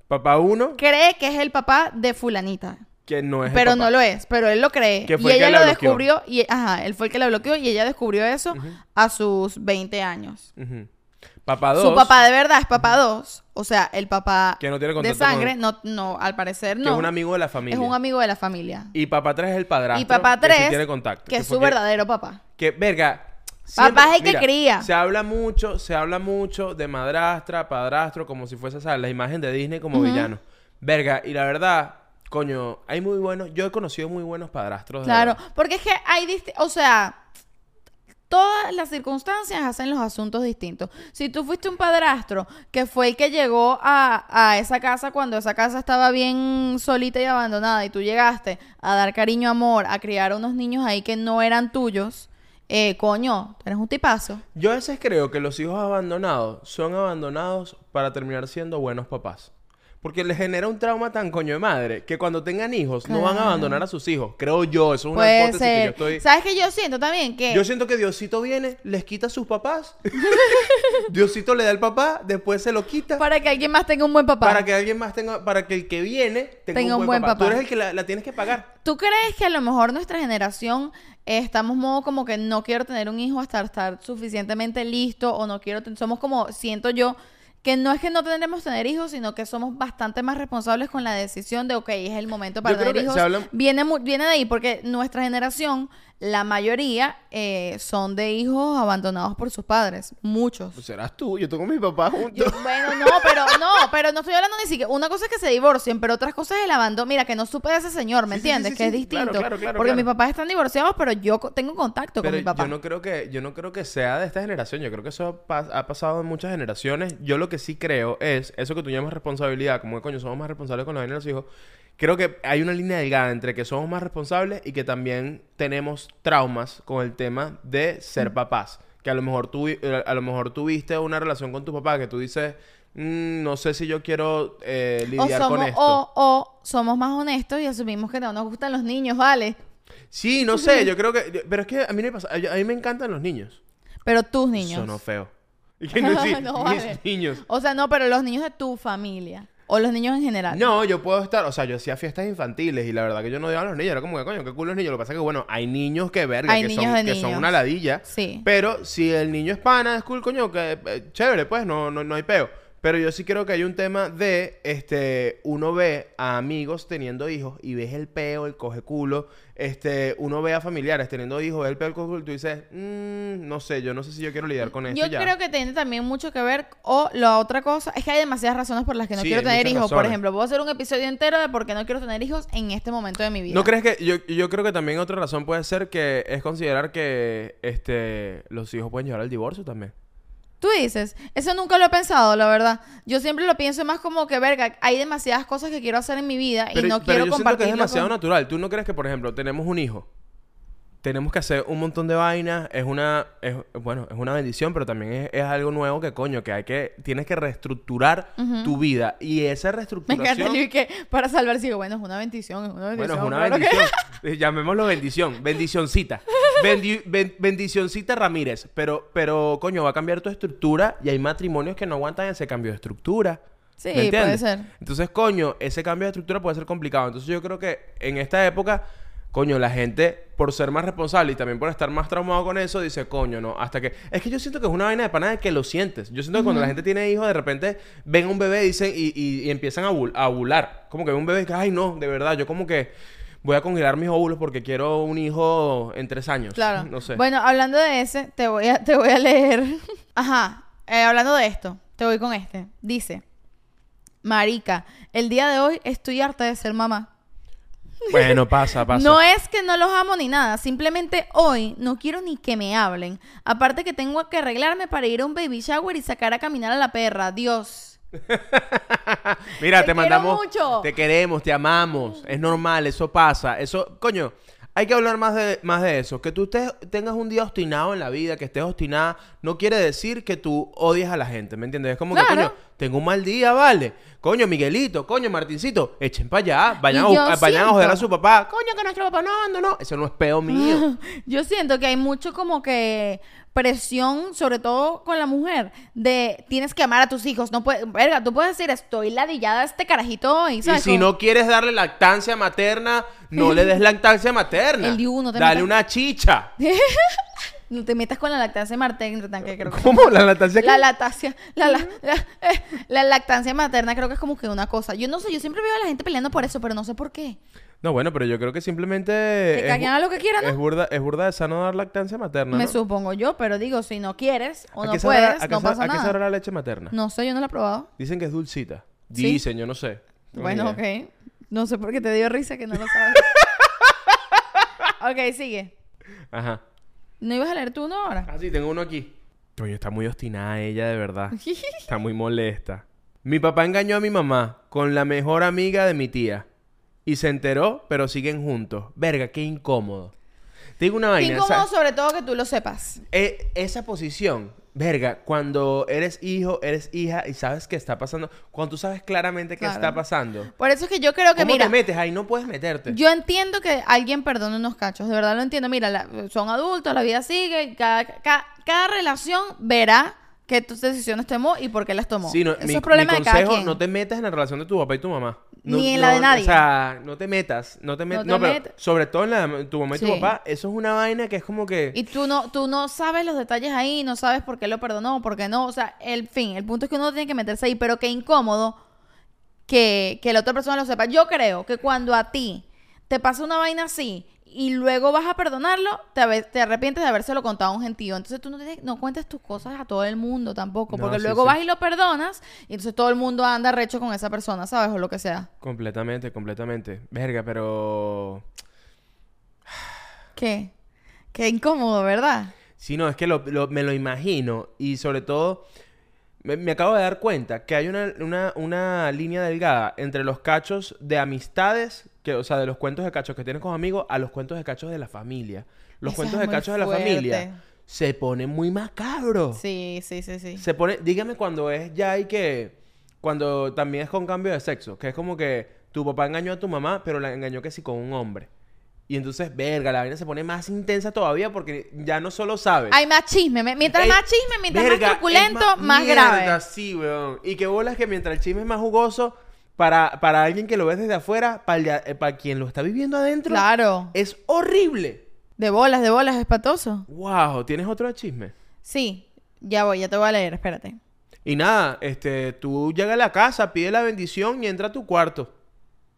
Speaker 2: Papá uno,
Speaker 1: cree que es el papá de fulanita.
Speaker 2: que no es
Speaker 1: pero
Speaker 2: el papá.
Speaker 1: no lo es, pero él lo cree.
Speaker 2: Que
Speaker 1: Y
Speaker 2: fue el
Speaker 1: ella
Speaker 2: que
Speaker 1: lo
Speaker 2: la bloqueó.
Speaker 1: descubrió, y ajá, él fue el que la bloqueó y ella descubrió eso a sus 20 años.
Speaker 2: Ujú. Papá dos,
Speaker 1: Su papá de verdad es papá 2, o sea, el papá
Speaker 2: Que no
Speaker 1: de
Speaker 2: tiene contacto
Speaker 1: sangre,
Speaker 2: con-
Speaker 1: no, no, al parecer
Speaker 2: que
Speaker 1: no.
Speaker 2: es un amigo de la familia.
Speaker 1: Es un amigo de la familia.
Speaker 2: Y papá tres es el padrastro.
Speaker 1: Y papá
Speaker 2: Que sí
Speaker 1: 3,
Speaker 2: tiene contacto.
Speaker 1: que es
Speaker 2: fue
Speaker 1: su verdadero papá.
Speaker 2: Que, verga.
Speaker 1: Papá es el que cría.
Speaker 2: Se habla mucho, se habla mucho de madrastra, padrastro, como si fuese ¿sabes? la imagen de Disney como villano. Verga, y la verdad, coño, hay muy buenos. Yo he conocido muy buenos padrastros. de
Speaker 1: Claro,
Speaker 2: verdad.
Speaker 1: porque es que hay, dist- o sea, todas las circunstancias hacen los asuntos distintos. Si tú fuiste un padrastro que fue el que llegó a, a esa casa cuando esa casa estaba bien solita y abandonada y tú llegaste a dar cariño, amor, a criar a unos niños ahí que no eran tuyos, eh, coño, eres un tipazo.
Speaker 2: Yo a veces creo que los hijos abandonados son abandonados para terminar siendo buenos papás. Porque les genera un trauma tan coño de madre que cuando tengan hijos no van a
Speaker 1: Claro.
Speaker 2: abandonar a sus hijos. Creo yo, eso es una
Speaker 1: Puede
Speaker 2: hipótesis que yo
Speaker 1: ser.
Speaker 2: estoy.
Speaker 1: ¿Sabes qué yo siento también? Que
Speaker 2: Yo siento que Diosito viene, les quita a sus papás. Diosito le da al papá, después se lo quita. Para,
Speaker 1: para que alguien más tenga un buen papá.
Speaker 2: que alguien más tenga, para que el que viene tenga,
Speaker 1: Tenga
Speaker 2: un buen, papá. Tú eres el que la, la tienes que pagar.
Speaker 1: ¿Tú crees que a lo mejor nuestra generación eh, estamos modo como que no quiero tener un hijo hasta estar suficientemente listo o no quiero ten- somos como siento yo que no es que no tendremos tener hijos, sino que somos bastante más responsables con la decisión de, ok, es el momento para
Speaker 2: Yo creo
Speaker 1: tener
Speaker 2: que
Speaker 1: hijos.
Speaker 2: se habla-
Speaker 1: Viene, mu- viene de ahí, porque nuestra generación, la mayoría, eh, son de hijos abandonados por sus padres. Muchos.
Speaker 2: Pues serás tú, yo tengo a mi papá
Speaker 1: Yo-
Speaker 2: juntos.
Speaker 1: bueno, no, pero no, pero no estoy hablando ni siquiera. Una cosa es que se divorcien, pero otras cosas es el abandono. Mira, que no supe de ese señor, ¿me
Speaker 2: Sí, sí,
Speaker 1: entiendes?
Speaker 2: sí,
Speaker 1: que
Speaker 2: sí,
Speaker 1: es
Speaker 2: sí. Claro,
Speaker 1: distinto.
Speaker 2: claro, claro,
Speaker 1: porque
Speaker 2: claro.
Speaker 1: mis papás están divorciados, pero yo co- tengo contacto
Speaker 2: Pero
Speaker 1: con mi papá.
Speaker 2: yo no creo que yo no creo que sea de esta generación, yo creo que eso ha, pas- ha pasado en muchas generaciones. Yo lo que sí creo es eso que tú llamas responsabilidad, como que coño somos más responsables con la vida de los hijos. Creo que hay una línea delgada entre que somos más responsables y que también tenemos traumas con el tema de
Speaker 1: Mm.
Speaker 2: ser papás, que a lo mejor tú eh, a lo mejor tuviste una relación con tu papá que tú dices "Mm, no sé si yo quiero eh,
Speaker 1: o,
Speaker 2: lidiar con
Speaker 1: somos,
Speaker 2: esto.
Speaker 1: o, o somos más honestos y asumimos que no nos gustan los niños, ¿vale?
Speaker 2: Sí, no sé, yo creo que pero es que a mí no me pasa, a a mí me encantan los niños.
Speaker 1: Pero tus niños.
Speaker 2: Sonó feo. Y que no, sí,
Speaker 1: No,
Speaker 2: mis
Speaker 1: vale.
Speaker 2: niños.
Speaker 1: O sea, no, pero los niños de tu familia. O los niños en general.
Speaker 2: No, yo puedo estar, o sea, yo hacía fiestas infantiles y la verdad que yo no odiaba a los niños, era como que coño, qué culo los niños. Lo que pasa es que bueno, hay niños que verga,
Speaker 1: Hay
Speaker 2: que,
Speaker 1: niños
Speaker 2: son,
Speaker 1: de
Speaker 2: que son
Speaker 1: niños.
Speaker 2: una ladilla.
Speaker 1: Sí.
Speaker 2: Pero si el niño es pana, es cool, coño, que eh, chévere, pues no, no, no hay peo. Pero yo sí creo que hay un tema de, este, uno ve a amigos teniendo hijos y ves el peo, el coge culo. Este, uno ve a familiares teniendo hijos, ves el peo, el coge culo y tú dices, "Mm, no sé, yo no sé si yo quiero lidiar con esto
Speaker 1: Yo
Speaker 2: ya".
Speaker 1: creo que tiene también mucho que ver, o la otra cosa, es que hay demasiadas razones por las que no
Speaker 2: Sí,
Speaker 1: quiero tener
Speaker 2: hay muchas
Speaker 1: hijos. Por
Speaker 2: razones.
Speaker 1: ejemplo, puedo hacer un episodio entero de por qué no quiero tener hijos en este momento de mi vida.
Speaker 2: ¿No crees que yo, yo creo que también otra razón puede ser que es considerar que este los hijos pueden llevar al divorcio también?
Speaker 1: Tú dices, eso nunca lo he pensado, la verdad. Yo siempre lo pienso más como que, verga, hay demasiadas cosas que quiero hacer en mi vida y no quiero
Speaker 2: yo siento que
Speaker 1: compartirlo
Speaker 2: es demasiado
Speaker 1: con-
Speaker 2: natural. ¿Tú no crees que, por ejemplo, tenemos un hijo? Tenemos que hacer un montón de vainas. Es una... Es, bueno, es una bendición, pero también es, es algo nuevo que, coño, que hay que... Tienes que reestructurar tu vida. Y esa
Speaker 1: Me
Speaker 2: reestructuración...
Speaker 1: encanta Luis que para salvar sigo, bueno, es una bendición, es una bendición.
Speaker 2: Bueno, es una
Speaker 1: claro que-
Speaker 2: bendición. Eh, Llamémoslo bendición. Bendicioncita. Bendi- ben- bendicioncita Ramírez. Pero, pero, coño, va a cambiar tu estructura y hay matrimonios que no aguantan ese cambio de estructura.
Speaker 1: Sí,
Speaker 2: ¿Me
Speaker 1: puede
Speaker 2: entiendes?
Speaker 1: ser.
Speaker 2: Entonces, coño, ese cambio de estructura puede ser complicado. Entonces, yo creo que en esta época, coño, la gente, por ser más responsable y también por estar más traumado con eso, dice, coño, no, hasta que. Es que yo siento que es una vaina de panada que lo sientes. Yo siento que cuando la gente tiene hijos, de repente ven a un bebé dicen, y, y- y empiezan a, bul- a bular. Como que ven un bebé y que, ay, no, de verdad, yo como que. Voy a congelar mis óvulos porque quiero un hijo en tres años.
Speaker 1: Claro.
Speaker 2: No sé.
Speaker 1: Bueno, hablando de ese, te voy a, te voy a leer. Ajá. Eh, hablando de esto, te voy con este. Dice, Marica, el día de hoy estoy harta de ser mamá.
Speaker 2: Bueno, pasa, pasa.
Speaker 1: No es que no los amo ni nada, simplemente hoy no quiero ni que me hablen. Aparte que tengo que arreglarme para ir a un baby shower y sacar a caminar a la perra. Dios.
Speaker 2: Mira,
Speaker 1: Te
Speaker 2: te,
Speaker 1: quiero
Speaker 2: mandamos.
Speaker 1: mucho.
Speaker 2: Te queremos, te amamos. Es normal, eso pasa. Eso, coño, hay que hablar más de, más de eso. Que tú estés- tengas un día obstinado en la vida, que estés obstinada, no quiere decir que tú odies a la gente, ¿me entiendes? Es como que,
Speaker 1: Claro.
Speaker 2: coño, tengo un mal día, vale. Coño, Miguelito, coño, Martincito, echen para allá, vayan, a,
Speaker 1: Y yo
Speaker 2: bu- vayan a joder a
Speaker 1: siento- Ah,
Speaker 2: su papá. Coño, que nuestro papá no anda, no. Eso no es peo mío.
Speaker 1: Yo siento que hay mucho como que presión, sobre todo con la mujer, de tienes que amar a tus hijos. No puedes, verga, tú puedes decir, estoy ladillada a este carajito hoy.
Speaker 2: Y
Speaker 1: ¿sabes?
Speaker 2: si
Speaker 1: Como-
Speaker 2: no quieres darle lactancia materna, no le des lactancia materna.
Speaker 1: El diuno, te metas-
Speaker 2: Dale una chicha.
Speaker 1: no te metas con la lactancia materna, que creo que-
Speaker 2: ¿Cómo? ¿La lactancia
Speaker 1: La lactancia, la, la- la- eh, la lactancia materna creo que es como que una cosa. Yo no sé, yo siempre veo a la gente peleando por eso, pero no sé por qué.
Speaker 2: No, bueno, pero yo creo que simplemente.
Speaker 1: Que
Speaker 2: Eh, es bu-
Speaker 1: caguen a lo que quieran, ¿no?
Speaker 2: Es burda, es burda de sano dar lactancia materna.
Speaker 1: Me
Speaker 2: ¿no?
Speaker 1: supongo yo, pero digo, si no quieres o
Speaker 2: ¿A
Speaker 1: no
Speaker 2: qué
Speaker 1: puedes,
Speaker 2: sabrá- a qué
Speaker 1: no
Speaker 2: sa-
Speaker 1: pasa
Speaker 2: ¿A qué
Speaker 1: nada.
Speaker 2: sabrá la leche materna?
Speaker 1: No sé, yo no la he probado.
Speaker 2: Dicen que es dulcita.
Speaker 1: ¿Sí?
Speaker 2: Dicen, yo no sé. Tengo
Speaker 1: Bueno,
Speaker 2: ni idea.
Speaker 1: ok. No sé por qué te dio risa que no lo sabes. ok, sigue.
Speaker 2: Ajá.
Speaker 1: ¿No ibas a leer tú uno ahora?
Speaker 2: Ah, sí, tengo uno aquí. Coño, está muy obstinada ella, de verdad. Está muy molesta. Mi papá engañó a mi mamá con la mejor amiga de mi tía. Y se enteró, pero siguen juntos. Verga, qué incómodo. Te digo una
Speaker 1: Qué
Speaker 2: vaina.
Speaker 1: Incómodo
Speaker 2: ¿sabes?
Speaker 1: sobre todo que tú lo sepas.
Speaker 2: Eh, esa posición, verga, cuando eres hijo, eres hija y sabes qué está pasando, cuando tú sabes claramente qué
Speaker 1: Claro.
Speaker 2: está pasando,
Speaker 1: Por eso es que yo creo que,
Speaker 2: ¿cómo
Speaker 1: mira,
Speaker 2: te metes? Ahí no puedes meterte.
Speaker 1: Yo entiendo que alguien perdone unos cachos, de verdad lo entiendo. Mira, la- son adultos, la vida sigue, y cada, ca- cada, relación verá que tus decisiones tomó y por qué las tomó.
Speaker 2: Sí, no,
Speaker 1: Eso
Speaker 2: mi,
Speaker 1: es problema
Speaker 2: mi
Speaker 1: de cada
Speaker 2: consejo,
Speaker 1: quien.
Speaker 2: no te metas en la relación de tu papá y tu mamá. No-
Speaker 1: Ni en la de
Speaker 2: no,
Speaker 1: nadie.
Speaker 2: O sea, no te metas, no te
Speaker 1: No
Speaker 2: metas.
Speaker 1: te
Speaker 2: No, pero
Speaker 1: metas.
Speaker 2: sobre todo en la de tu mamá y
Speaker 1: Sí.
Speaker 2: tu papá, eso es una vaina que es como que...
Speaker 1: Y tú no, tú no sabes los detalles ahí, no sabes por qué lo perdonó, por qué no. O sea, el fin, el punto es que uno tiene que meterse ahí, pero qué incómodo que, que la otra persona lo sepa. Yo creo que cuando a ti te pasa una vaina así y luego vas a perdonarlo, te, ave- te arrepientes de habérselo contado a un gentío. Entonces tú no, tienes- no cuentes tus cosas a todo el mundo tampoco,
Speaker 2: No,
Speaker 1: porque
Speaker 2: sí,
Speaker 1: luego
Speaker 2: sí.
Speaker 1: vas y lo perdonas y entonces todo el mundo anda recho con esa persona, ¿sabes? O lo que sea.
Speaker 2: Completamente, completamente. Verga, pero...
Speaker 1: ¿Qué? Qué incómodo, ¿verdad?
Speaker 2: Sí, no, es que lo- lo- me lo imagino y sobre todo me, me acabo de dar cuenta que hay una, una- una línea delgada entre los cachos de amistades, que, o sea, de los cuentos de cachos que tienes con amigos a los cuentos de cachos de la familia. Los
Speaker 1: Eso
Speaker 2: cuentos
Speaker 1: es
Speaker 2: de
Speaker 1: muy
Speaker 2: cachos de la
Speaker 1: fuerte.
Speaker 2: familia se ponen muy macabros.
Speaker 1: Sí, sí, sí, sí.
Speaker 2: Se pone, dígame cuando es ya hay que, cuando también es con cambio de sexo, que es como que tu papá engañó a tu mamá, pero la engañó que sí con un hombre. Y entonces, verga, la vaina se pone más intensa todavía porque ya no solo sabes.
Speaker 1: Hay más chisme. me- Mientras
Speaker 2: Ey,
Speaker 1: más chisme, mientras
Speaker 2: verga,
Speaker 1: más
Speaker 2: es
Speaker 1: truculento, Eh, más,
Speaker 2: mierda,
Speaker 1: grave.
Speaker 2: sí, weón. Y qué bolas que mientras el chisme es más jugoso, para, para alguien que lo ve desde afuera, para, el de a- eh, para quien lo está viviendo adentro,
Speaker 1: Claro.
Speaker 2: es horrible.
Speaker 1: De bolas, de bolas, es espantoso.
Speaker 2: Wow, ¿tienes otro chisme?
Speaker 1: Sí, ya voy, ya te voy a leer, espérate.
Speaker 2: Y nada, este, tú llega a la casa, pide la bendición y entra a tu cuarto.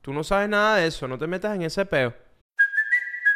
Speaker 2: Tú no sabes nada de eso, no te metas en ese peo.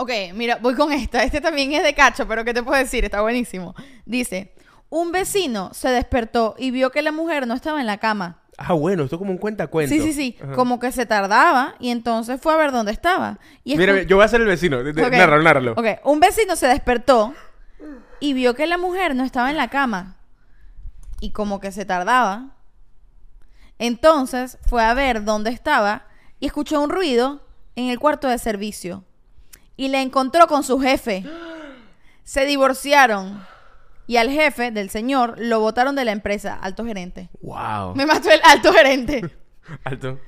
Speaker 1: Ok, mira, voy con esta. Este también es de cacho, pero ¿qué te puedo decir? Está buenísimo. Dice, un vecino se despertó y vio que la mujer no estaba en la cama.
Speaker 2: Ah, bueno, esto es como un cuentacuentos.
Speaker 1: Sí, sí, sí.
Speaker 2: Ajá.
Speaker 1: Como que se tardaba y entonces fue a ver dónde estaba. Y
Speaker 2: Mira,
Speaker 1: escu-
Speaker 2: mira, yo voy a ser el vecino. De- de-
Speaker 1: Ok.
Speaker 2: Nárralo, nárralo.
Speaker 1: Ok, un vecino se despertó y vio que la mujer no estaba en la cama y como que se tardaba. Entonces fue a ver dónde estaba y escuchó un ruido en el cuarto de servicio y la encontró con su jefe. Se divorciaron y al jefe del señor lo votaron de la empresa, alto gerente.
Speaker 2: Wow.
Speaker 1: Me mató el alto gerente.
Speaker 2: Alto.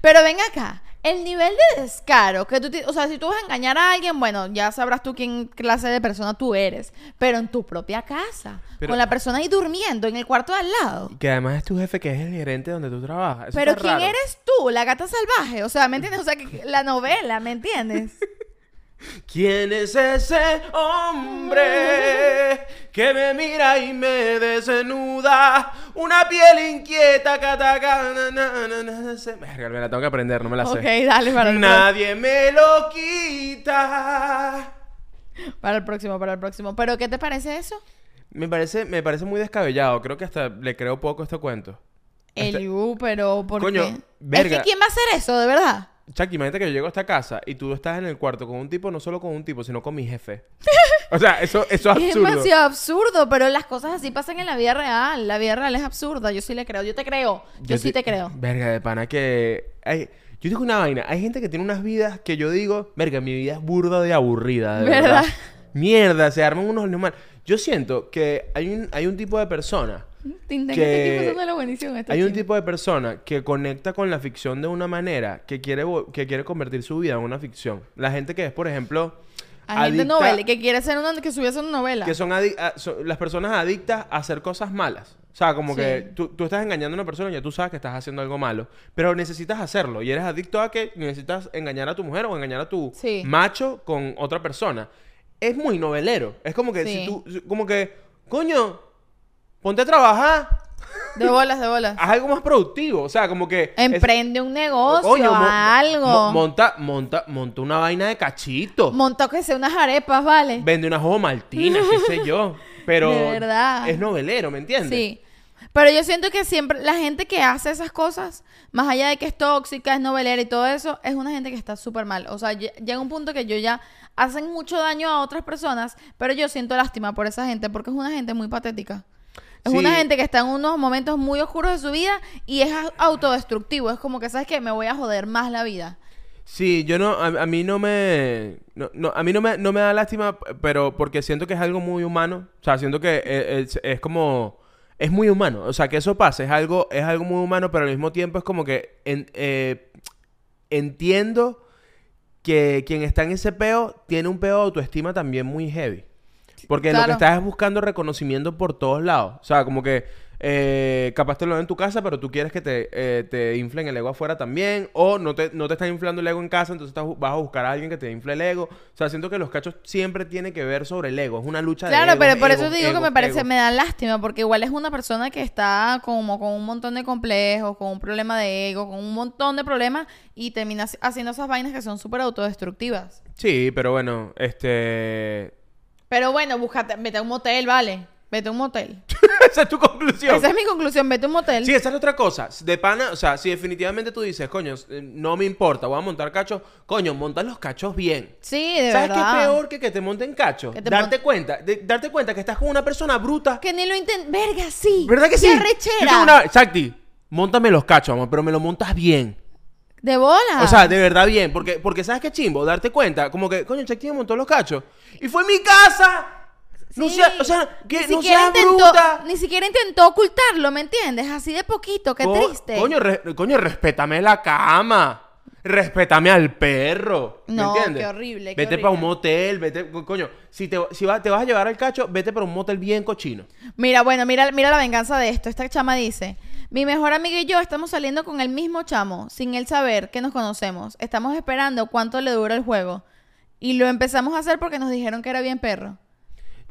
Speaker 1: Pero ven acá, el nivel de descaro que tú, ti- o sea, si tú vas a engañar a alguien, bueno, ya sabrás tú quién clase de persona tú eres, pero en tu propia casa,
Speaker 2: Pero-
Speaker 1: con la persona ahí durmiendo en el cuarto de al lado.
Speaker 2: Que además es tu jefe que es el gerente donde tú trabajas. Eso
Speaker 1: Pero
Speaker 2: está
Speaker 1: ¿quién
Speaker 2: raro.
Speaker 1: eres tú? La gata salvaje, o sea, ¿me entiendes? O sea, que la novela, ¿me entiendes?
Speaker 2: ¿Quién es ese hombre que me mira y me desnuda? Una piel inquieta, catacana. na, na, na, na, se- Verga, me la tengo que aprender, no me la sé.
Speaker 1: ok, dale para el, pro-
Speaker 2: Nadie me lo quita.
Speaker 1: para el próximo, para el próximo. ¿Pero qué te parece eso?
Speaker 2: Me parece, me parece muy descabellado. Creo que hasta le creo poco a este cuento. Este-
Speaker 1: Eliu, pero ¿por
Speaker 2: Coño,
Speaker 1: qué? Es
Speaker 2: verga.
Speaker 1: que ¿quién va a hacer eso, de verdad?
Speaker 2: Chuck, imagínate que yo llego a esta casa y tú estás en el cuarto con un tipo, no solo con un tipo, sino con mi jefe. O sea, eso, eso es
Speaker 1: Es
Speaker 2: absurdo.
Speaker 1: demasiado absurdo, pero las cosas así pasan en la vida real. La vida real es absurda. Yo sí le creo. Yo te creo. Yo, sí te creo.
Speaker 2: Verga, de pana que... ay, yo digo una vaina. Hay gente que tiene unas vidas que yo digo... Verga, mi vida es burda de aburrida, de verdad.
Speaker 1: ¿Verdad?
Speaker 2: Mierda, se arman unos mal. Yo siento que hay un, hay un tipo de persona...
Speaker 1: Tintín,
Speaker 2: que-
Speaker 1: que estoy pasando la buenísima en este
Speaker 2: Hay un
Speaker 1: chisme.
Speaker 2: tipo de persona que conecta con la ficción de una manera que quiere, vo- que quiere convertir su vida en una ficción. La gente que es, por ejemplo...
Speaker 1: Hay gente
Speaker 2: adicta-
Speaker 1: novela que quiere hacer una que subiese una novela.
Speaker 2: Que son, adic- a- son las personas adictas a hacer cosas malas. O sea, como
Speaker 1: Sí.
Speaker 2: que tú, tú estás engañando a una persona y ya tú sabes que estás haciendo algo malo, pero necesitas hacerlo y eres adicto a que necesitas engañar a tu mujer o engañar a tu
Speaker 1: Sí.
Speaker 2: macho con otra persona. Es muy novelero. Es como que
Speaker 1: Sí.
Speaker 2: si tú, si- como que, coño, ponte a trabajar,
Speaker 1: De bolas, de bolas.
Speaker 2: haz algo más productivo. O sea, como que. Ah, es- "Oh,
Speaker 1: Emprende un negocio,
Speaker 2: coño, mo-
Speaker 1: algo.
Speaker 2: mo- monta, monta, monta una vaina de cachito.
Speaker 1: Monta que sea unas arepas, ¿vale?
Speaker 2: Vende unas hojas maltinas, qué sé yo. Pero
Speaker 1: De verdad.
Speaker 2: es novelero, ¿me entiendes?
Speaker 1: Sí. Pero yo siento que siempre la gente que hace esas cosas, más allá de que es tóxica, es novelera y todo eso, es una gente que está súper mal. O sea, lle- llega un punto que yo ya hacen mucho daño a otras personas, pero yo siento lástima por esa gente porque es una gente muy patética. Es
Speaker 2: Sí.
Speaker 1: una gente que está en unos momentos muy oscuros de su vida y es au- autodestructivo. Es como que, ¿sabes qué? Me voy a joder más la vida.
Speaker 2: Sí, yo no, a, a mí no me, no, no, a mí no me, no me da lástima, p- pero porque siento que es algo muy humano, o sea, siento que e- es, es como, es muy humano, o sea, que eso pasa, es algo, es algo muy humano, pero al mismo tiempo es como que en- eh, entiendo que quien está en ese peo tiene un peo de autoestima también muy heavy. Porque lo
Speaker 1: claro.
Speaker 2: que estás es buscando reconocimiento por todos lados. O sea, como que eh, capaz te lo dan en tu casa, pero tú quieres que te, eh, te inflen el ego afuera también. O no te, no te están inflando el ego en casa, entonces estás bu- vas a buscar a alguien que te infle el ego. O sea, siento que los cachos siempre tienen que ver sobre el ego. Es una lucha de
Speaker 1: Claro,
Speaker 2: egos,
Speaker 1: pero por eso
Speaker 2: egos,
Speaker 1: te digo que
Speaker 2: egos,
Speaker 1: me parece,
Speaker 2: egos.
Speaker 1: me da lástima, porque igual es una persona que está como con un montón de complejos, con un problema de ego, con un montón de problemas y termina haci- haciendo esas vainas que son súper autodestructivas.
Speaker 2: Sí, pero bueno, este...
Speaker 1: Pero bueno, búscate, vete a un motel, vale. Vete a un motel.
Speaker 2: Esa es tu conclusión.
Speaker 1: Esa es mi conclusión, vete a un motel.
Speaker 2: Sí, esa es otra cosa. De pana, o sea, si definitivamente tú dices, coño, eh, no me importa, voy a montar cachos, coño, monta los cachos bien.
Speaker 1: Sí, de
Speaker 2: ¿Sabes
Speaker 1: verdad.
Speaker 2: qué es peor que que te monten cachos?
Speaker 1: Que te
Speaker 2: darte
Speaker 1: mon-
Speaker 2: cuenta, de- darte cuenta que estás con una persona bruta.
Speaker 1: Que ni lo intentes. Verga, sí.
Speaker 2: ¿Verdad que
Speaker 1: Qué
Speaker 2: sí?
Speaker 1: arrechera.
Speaker 2: Yo tengo una... Shakti, montame los cachos, amor, pero me lo montas bien.
Speaker 1: De bola.
Speaker 2: O sea, de verdad bien, porque, porque ¿sabes qué chimbo? Darte cuenta, como que, coño, Shakti me montó los cachos. Y fue en mi casa. No
Speaker 1: Sí.
Speaker 2: sea- o sea, que
Speaker 1: Ni
Speaker 2: no
Speaker 1: siquiera
Speaker 2: seas
Speaker 1: intentó-
Speaker 2: bruta.
Speaker 1: Ni siquiera intentó ocultarlo, ¿me entiendes? Así de poquito, qué
Speaker 2: Co-
Speaker 1: triste.
Speaker 2: Coño, re- coño, respétame la cama. Respétame al perro. ¿Me
Speaker 1: No,
Speaker 2: entiendes?
Speaker 1: qué horrible, qué
Speaker 2: Vete para un
Speaker 1: horrible.
Speaker 2: motel, vete. co- Coño, si te, si va- te vas a llevar al cacho, vete para un motel bien cochino.
Speaker 1: Mira, bueno, mira, mira la venganza de esto. Esta chama dice, mi mejor amiga y yo estamos saliendo con el mismo chamo, sin él saber que nos conocemos. Estamos esperando cuánto le dura el juego. Y lo empezamos a hacer porque nos dijeron que era bien perro.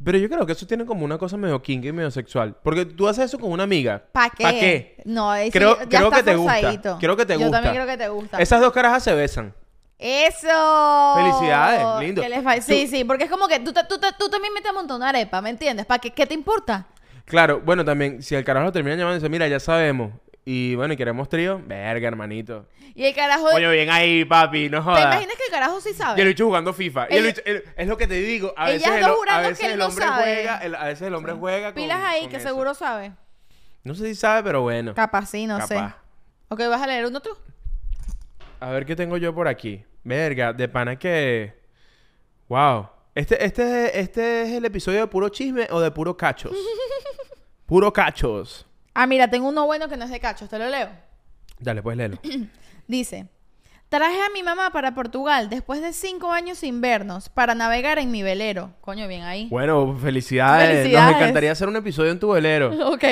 Speaker 2: Pero yo creo que eso tiene como una cosa medio kinky y medio sexual. Porque tú haces eso con una amiga.
Speaker 1: ¿Pa' qué?
Speaker 2: ¿Pa' qué?
Speaker 1: No, ahí sí,
Speaker 2: creo,
Speaker 1: ya
Speaker 2: creo
Speaker 1: está
Speaker 2: que te gusta.
Speaker 1: forzadito.
Speaker 2: Creo que te
Speaker 1: Yo
Speaker 2: gusta.
Speaker 1: también creo que te gusta.
Speaker 2: Esas dos carajas se besan.
Speaker 1: ¡Eso!
Speaker 2: Felicidades, lindo.
Speaker 1: Que les fa- Sí,
Speaker 2: Tú-
Speaker 1: sí, porque es como que tú, te- tú, te- tú también metes un montón de arepa, ¿me entiendes? ¿Para qué, qué te importa?
Speaker 2: Claro, bueno, también, si el carajo lo termina llamando y dice, mira, ya sabemos. Y bueno, y queremos trío, verga, hermanito.
Speaker 1: Y el carajo...
Speaker 2: Coño, bien ahí, papi, no
Speaker 1: ¿Te
Speaker 2: jodas.
Speaker 1: imaginas que el carajo sí sabe?
Speaker 2: Y el bicho jugando FIFA. Y el
Speaker 1: Ella-
Speaker 2: bicho- el- es lo que te digo. A
Speaker 1: Ellas
Speaker 2: veces el,
Speaker 1: dos
Speaker 2: ho- a
Speaker 1: jurando
Speaker 2: veces
Speaker 1: que él
Speaker 2: el
Speaker 1: no
Speaker 2: hombre
Speaker 1: sabe.
Speaker 2: juega. el- a veces el hombre juega. Con,
Speaker 1: Pilas ahí,
Speaker 2: con
Speaker 1: que
Speaker 2: eso.
Speaker 1: seguro sabe.
Speaker 2: No sé si sabe, pero bueno.
Speaker 1: Capaz sí, no sé.
Speaker 2: Capaz.
Speaker 1: Ok, ¿vas a leer uno tú?
Speaker 2: A ver qué tengo yo por aquí. Verga, de pana que. Wow. Este, este, este es el episodio de puro chisme o de puro cachos. puro cachos.
Speaker 1: Ah, mira, tengo uno bueno que no es de cachos, te lo leo.
Speaker 2: Dale, pues léelo.
Speaker 1: Dice, traje a mi mamá para Portugal después de cinco años sin vernos para navegar en mi velero. Coño, bien ahí.
Speaker 2: Bueno, felicidades.
Speaker 1: Felicidades.
Speaker 2: Nos encantaría hacer un episodio en tu velero.
Speaker 1: Ok,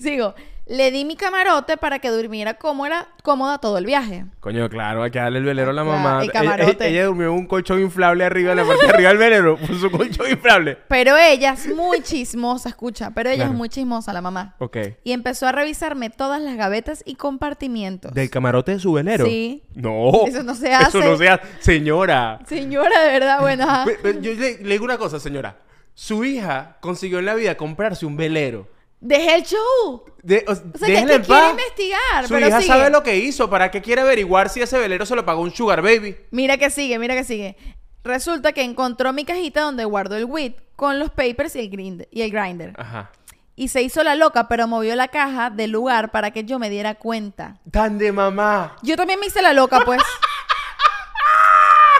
Speaker 1: sigo. Le di mi camarote para que durmiera cómoda, cómoda todo el viaje.
Speaker 2: Coño, claro, hay que darle el velero a la
Speaker 1: Claro,
Speaker 2: mamá.
Speaker 1: y
Speaker 2: Ella- Ella,
Speaker 1: camarote.
Speaker 2: ella durmió en un colchón inflable arriba, en la parte de arriba del velero. Puso un colchón inflable.
Speaker 1: Pero ella es muy chismosa, escucha, pero ella
Speaker 2: Claro.
Speaker 1: es muy chismosa, la mamá.
Speaker 2: Ok.
Speaker 1: Y empezó a revisarme todas las gavetas y compartimientos.
Speaker 2: ¿Del camarote de su velero?
Speaker 1: Sí.
Speaker 2: No.
Speaker 1: Eso no se
Speaker 2: Eso
Speaker 1: hace. Ah.
Speaker 2: no se hace. Señora.
Speaker 1: Señora, de verdad, bueno. ajá.
Speaker 2: Pe- pe- Yo le, le digo una cosa, señora. Su hija consiguió en la vida comprarse un velero.
Speaker 1: Dejé el show.
Speaker 2: De, o,
Speaker 1: O sea, que,
Speaker 2: déjela
Speaker 1: que
Speaker 2: en
Speaker 1: quiere
Speaker 2: paz.
Speaker 1: investigar,
Speaker 2: Su
Speaker 1: pero
Speaker 2: hija
Speaker 1: sigue.
Speaker 2: sabe lo que hizo. ¿Para qué quiere averiguar si ese velero se lo pagó un sugar baby?
Speaker 1: Mira que sigue, mira que sigue. Resulta que encontró mi cajita donde guardo el weed con los papers y el, grind y el grinder.
Speaker 2: Ajá.
Speaker 1: Y se hizo la loca, pero movió la caja del lugar para que yo me diera cuenta.
Speaker 2: Tan de mamá.
Speaker 1: Yo también me hice la loca, pues.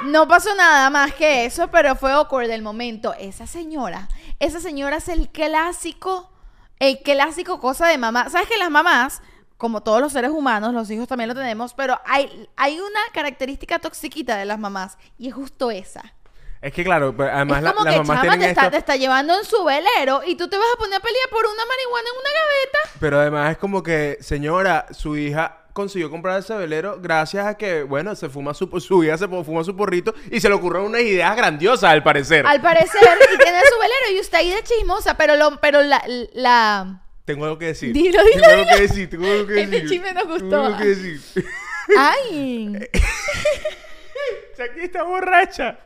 Speaker 1: No pasó nada más que eso, pero fue awkward el momento. Esa señora, esa señora es el clásico, el clásico cosa de mamá. ¿Sabes que las mamás, como todos los seres humanos, los hijos también lo tenemos, pero hay, hay una característica toxiquita de las mamás y es justo esa.
Speaker 2: Es que claro, pero además
Speaker 1: es
Speaker 2: la-
Speaker 1: como
Speaker 2: las
Speaker 1: que
Speaker 2: mamás
Speaker 1: chama
Speaker 2: tienen
Speaker 1: te está,
Speaker 2: esto.
Speaker 1: te está llevando en su velero y tú te vas a poner a pelear por una marihuana en una gaveta.
Speaker 2: Pero además es como que, señora, su hija consiguió comprar ese velero gracias a que, bueno, se fuma su, su hija se po- fuma su porrito y se le ocurrieron unas ideas grandiosas, al parecer.
Speaker 1: Al parecer, y tiene su velero y usted ahí de chismosa, pero, lo, pero la- la
Speaker 2: Tengo algo que decir.
Speaker 1: Dilo,
Speaker 2: Tengo
Speaker 1: dilo,
Speaker 2: algo
Speaker 1: dilo.
Speaker 2: que decir, tengo algo que
Speaker 1: Este
Speaker 2: decir.
Speaker 1: chisme nos gustó.
Speaker 2: Tengo algo que decir.
Speaker 1: ¡Ay!
Speaker 2: Shakira está borracha.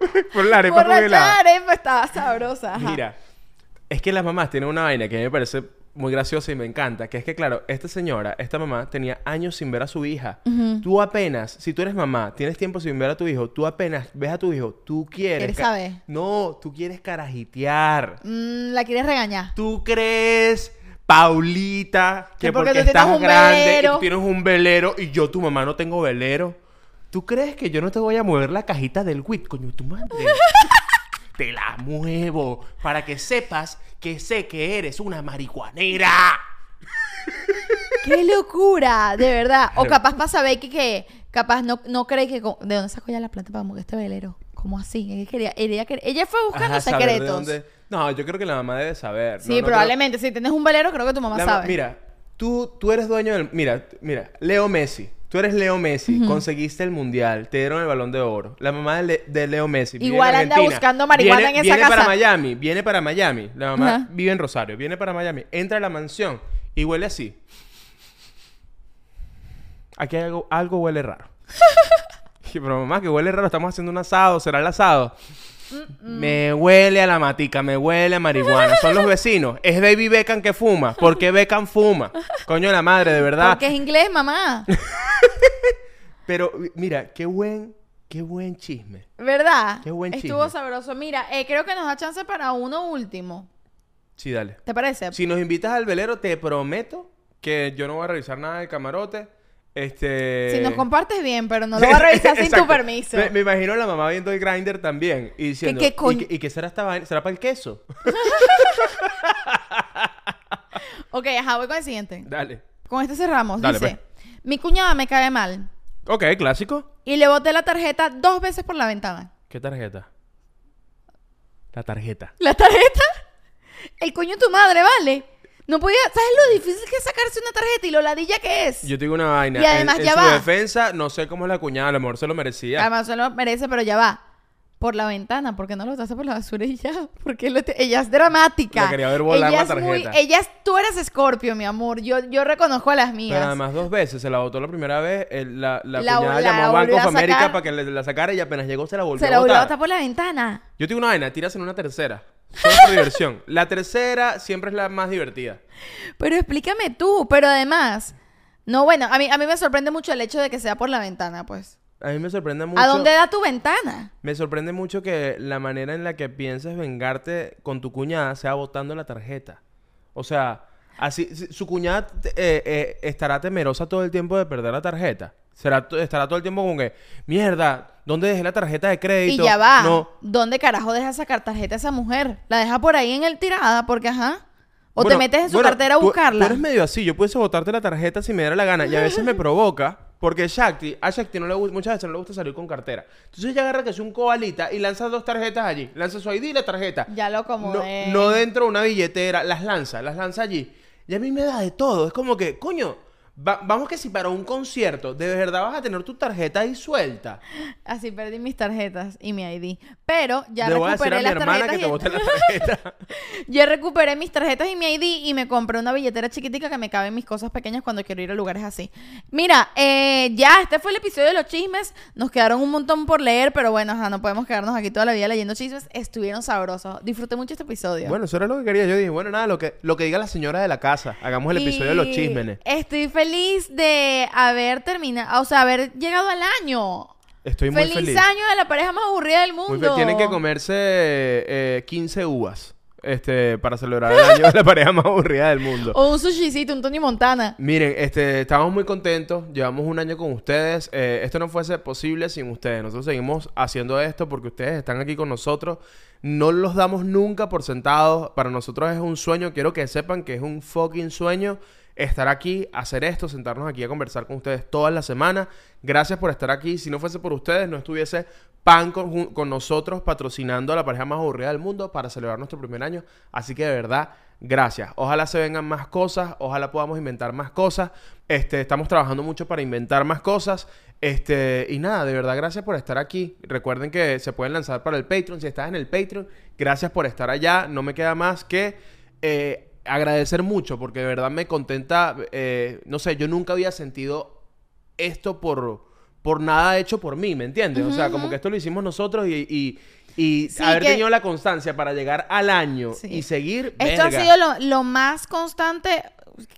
Speaker 2: Por la arepa
Speaker 1: Borracha
Speaker 2: congelada.
Speaker 1: arepa estaba sabrosa. ajá.
Speaker 2: Mira, es que las mamás tienen una vaina que a mí me parece muy graciosa y me encanta, que es que claro, esta señora, esta mamá tenía años sin ver a su hija. Tú apenas, si tú eres mamá, tienes tiempo sin ver a tu hijo, tú apenas ves a tu hijo, tú quieres
Speaker 1: ¿Quieres
Speaker 2: ca-
Speaker 1: saber?
Speaker 2: No, tú quieres carajitear.
Speaker 1: Mm, la quieres regañar.
Speaker 2: ¿Tú crees, Paulita, que
Speaker 1: Que
Speaker 2: porque,
Speaker 1: porque tú tienes
Speaker 2: estás
Speaker 1: un
Speaker 2: grande y tú
Speaker 1: velero.
Speaker 2: tienes un velero y yo, tu mamá, no tengo velero? ¿Tú crees que yo no te voy a mover la cajita del WIT, coño, tu madre? te la muevo para que sepas que sé que eres una marihuanera.
Speaker 1: ¡Qué locura! De verdad. O capaz para saber que, que capaz no, no cree que. co- ¿De dónde sacó ella la plata para mover este velero? ¿Cómo así? Ella, quería, ella, quer- ella fue buscando
Speaker 2: Ajá, saber de
Speaker 1: secretos.
Speaker 2: dónde- No, yo creo que la mamá debe saber.
Speaker 1: Sí,
Speaker 2: No, no creo-
Speaker 1: probablemente. Si tienes un velero, creo que tu mamá
Speaker 2: La-
Speaker 1: sabe.
Speaker 2: Mira, tú, tú eres dueño del... Mira, t- mira, Leo Messi. Tú eres Leo Messi, conseguiste el mundial, te dieron el balón de oro. La mamá de, Le- de Leo Messi. vive en
Speaker 1: Igual anda
Speaker 2: Argentina,
Speaker 1: buscando marihuana
Speaker 2: viene-
Speaker 1: en esa
Speaker 2: viene para
Speaker 1: casa.
Speaker 2: Miami, viene para Miami. La mamá
Speaker 1: Ajá.
Speaker 2: vive en Rosario, viene para Miami, entra a la mansión y huele así. Aquí hay algo, algo huele raro. Dije, Pero mamá, que huele raro, estamos haciendo un asado, será el asado. Me huele a la matica, me huele a marihuana. Son los vecinos. Es David Beckham que fuma. ¿Por qué Beckham fuma? Coño de la madre, de verdad.
Speaker 1: Porque es inglés, mamá.
Speaker 2: Pero mi- mira, qué buen, qué buen chisme.
Speaker 1: ¿Verdad?
Speaker 2: Qué buen
Speaker 1: Estuvo
Speaker 2: chisme.
Speaker 1: sabroso. Mira, eh, creo que nos da chance para uno último.
Speaker 2: Sí, dale.
Speaker 1: ¿Te parece?
Speaker 2: Si nos invitas al velero, te prometo que yo no voy a revisar nada del camarote. Este...
Speaker 1: Si nos compartes bien, pero no lo vas a revisar sin tu
Speaker 2: Exacto.
Speaker 1: permiso.
Speaker 2: Me, me imagino la mamá viendo el grinder también y diciendo,
Speaker 1: qué coño?
Speaker 2: ¿y, qué- y qué será esta vaina? ¿Será para el queso?
Speaker 1: Ok, ajá, voy con el siguiente.
Speaker 2: Dale.
Speaker 1: Con este cerramos.
Speaker 2: Dale, pues.
Speaker 1: Dice, mi cuñada me cae mal
Speaker 2: Ok, clásico.
Speaker 1: y le boté la tarjeta dos veces por la ventana.
Speaker 2: ¿Qué tarjeta? La tarjeta.
Speaker 1: ¿La tarjeta? El coño de tu madre, vale. No podía... ¿Sabes lo difícil que es sacarse una tarjeta y lo ladilla que es?
Speaker 2: Yo te digo una vaina.
Speaker 1: Y además
Speaker 2: en, en
Speaker 1: ya
Speaker 2: su
Speaker 1: va.
Speaker 2: defensa, no sé cómo es la cuñada, a lo mejor se lo merecía.
Speaker 1: Además, se lo merece, pero ya va. Por la ventana, porque no lo hace por la basura y ya. Porque lo te- ella es dramática.
Speaker 2: La quería ver volar
Speaker 1: ella
Speaker 2: la
Speaker 1: es muy-
Speaker 2: tarjeta.
Speaker 1: ella es, tú eres Scorpio, mi amor. Yo, yo reconozco a las mías.
Speaker 2: Pero además dos veces, se la votó la primera vez, el- la, la
Speaker 1: La-
Speaker 2: cuñada
Speaker 1: la
Speaker 2: llamó a
Speaker 1: volvió
Speaker 2: Banco
Speaker 1: a
Speaker 2: of America
Speaker 1: sacar.
Speaker 2: para que le- la sacara y apenas llegó se la volvió
Speaker 1: se
Speaker 2: a
Speaker 1: la volvió a
Speaker 2: botar.
Speaker 1: botar por la ventana.
Speaker 2: Yo tengo una vaina, tiras en una tercera. Solo por diversión. La tercera siempre es la más divertida.
Speaker 1: Pero explícame tú. Pero además, no, bueno, a mí, a mí me sorprende mucho el hecho de que sea por la ventana, pues.
Speaker 2: A mí me sorprende mucho.
Speaker 1: ¿A dónde da tu ventana?
Speaker 2: Me sorprende mucho que la manera en la que piensas vengarte con tu cuñada sea votando la tarjeta. O sea, así si- su cuñada te- eh, eh, estará temerosa todo el tiempo de perder la tarjeta. Será to- estará todo el tiempo como que, mierda, ¿dónde dejé la tarjeta de crédito?
Speaker 1: Y ya va.
Speaker 2: No.
Speaker 1: ¿Dónde carajo deja sacar tarjeta a esa mujer? ¿La deja por ahí en el tirada? Porque, ajá. O te
Speaker 2: Bueno,
Speaker 1: metes en su
Speaker 2: bueno,
Speaker 1: cartera a
Speaker 2: tú-
Speaker 1: buscarla.
Speaker 2: Tú eres medio así, yo pudiese botarte la tarjeta si me diera la gana. Y a veces me provoca, porque Shakti, a Shakti no le gusta, muchas veces no le gusta salir con cartera. Entonces ella agarra que es un cobalita y lanza dos tarjetas allí. Lanza su ID y la tarjeta.
Speaker 1: Ya lo
Speaker 2: no,
Speaker 1: acomodé.
Speaker 2: no dentro de una billetera, las lanza, las lanza allí. Y a mí me da de todo. Es como que, coño, va- vamos que si para un concierto de verdad vas a tener tu tarjeta ahí suelta.
Speaker 1: Así perdí mis tarjetas y mi ID. Pero ya
Speaker 2: le voy a decir
Speaker 1: recuperé
Speaker 2: a mi
Speaker 1: las
Speaker 2: hermana
Speaker 1: tarjetas.
Speaker 2: que
Speaker 1: y-
Speaker 2: te bote la tarjeta.
Speaker 1: Yo recuperé mis tarjetas y mi ID y me compré una billetera chiquitica que me caben mis cosas pequeñas cuando quiero ir a lugares así. Mira, eh, ya, este fue el episodio de los chismes. Nos quedaron un montón por leer, pero bueno, ajá, no podemos quedarnos aquí toda la vida leyendo chismes. Estuvieron sabrosos. Disfruté mucho este episodio.
Speaker 2: bueno, eso era lo que quería. Yo dije, bueno, nada, lo que, lo que diga la señora de la casa. Hagamos el episodio de los
Speaker 1: Y
Speaker 2: chismenes.
Speaker 1: Estoy feliz de haber terminado, o sea, haber llegado al año.
Speaker 2: Estoy muy
Speaker 1: feliz,
Speaker 2: feliz.
Speaker 1: año de la pareja más aburrida del mundo.
Speaker 2: Muy fe- Tienen que comerse eh, 15 uvas este, para celebrar el año de la pareja más aburrida del mundo.
Speaker 1: O un sushicito, un Tony Montana.
Speaker 2: Miren, este, estamos muy contentos. Llevamos un año con ustedes. Eh, esto no fuese posible sin ustedes. Nosotros seguimos haciendo esto porque ustedes están aquí con nosotros. No los damos nunca por sentados. Para nosotros es un sueño. Quiero que sepan que es un fucking sueño estar aquí, hacer esto, sentarnos aquí a conversar con ustedes todas las semanas. Gracias por estar aquí. Si no fuese por ustedes, no estuviese Pan con, jun- con nosotros patrocinando a la pareja más aburrida del mundo para celebrar nuestro primer año. Así que de verdad, gracias. Ojalá se vengan más cosas, ojalá podamos inventar más cosas. Este, estamos trabajando mucho para inventar más cosas. Este, y nada, de verdad, gracias por estar aquí. Recuerden que se pueden lanzar para el Patreon. Si estás en el Patreon, gracias por estar allá. No me queda más que eh, agradecer mucho porque de verdad me contenta. eh, no sé, yo nunca había sentido esto por, por nada hecho por mí, ¿me entiendes? o sea, como que esto lo hicimos nosotros y, y, y
Speaker 1: Sí,
Speaker 2: haber
Speaker 1: que-
Speaker 2: tenido la constancia para llegar al año
Speaker 1: Sí.
Speaker 2: y seguir.
Speaker 1: Esto ha
Speaker 2: verga.
Speaker 1: sido lo, lo más constante,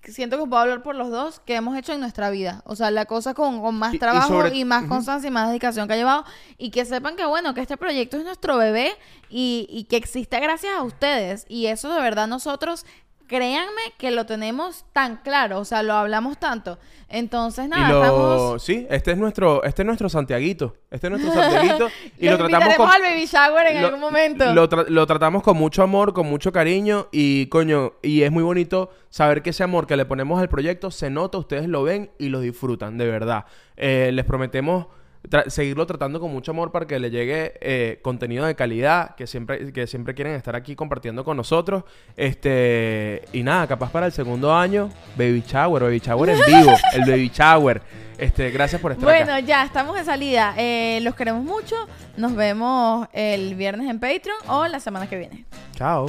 Speaker 1: siento que puedo hablar por los dos, que hemos hecho en nuestra vida. O sea, la cosa con, con más
Speaker 2: Y- y
Speaker 1: trabajo y,
Speaker 2: sobre-
Speaker 1: más constancia y más dedicación que ha llevado. Y que sepan que, bueno, que este proyecto es nuestro bebé y, y que existe gracias a ustedes. Y eso de verdad nosotros... Créanme que lo tenemos tan claro, o sea, lo hablamos tanto. Entonces, nada,
Speaker 2: Y lo-
Speaker 1: estamos...
Speaker 2: Sí, este es nuestro, este es nuestro Santiaguito. Este es nuestro Santiaguito. y lo
Speaker 1: Los
Speaker 2: tratamos
Speaker 1: invitaremos
Speaker 2: con.
Speaker 1: al baby shower en
Speaker 2: lo-
Speaker 1: algún momento.
Speaker 2: Lo, tra- lo tratamos con mucho amor, con mucho cariño y coño, y es muy bonito saber que ese amor que le ponemos al proyecto se nota, ustedes lo ven y lo disfrutan, de verdad. Eh, les prometemos tra- seguirlo tratando con mucho amor para que le llegue eh, contenido de calidad que siempre, que siempre quieren estar aquí compartiendo con nosotros. Este, y nada, capaz para el segundo año, Baby Shower, Baby Shower en vivo, el Baby Shower. Este, gracias por estar
Speaker 1: Bueno,
Speaker 2: acá.
Speaker 1: ya estamos de salida. Eh, los queremos mucho. Nos vemos el viernes en Patreon o la semana que viene.
Speaker 2: Chao.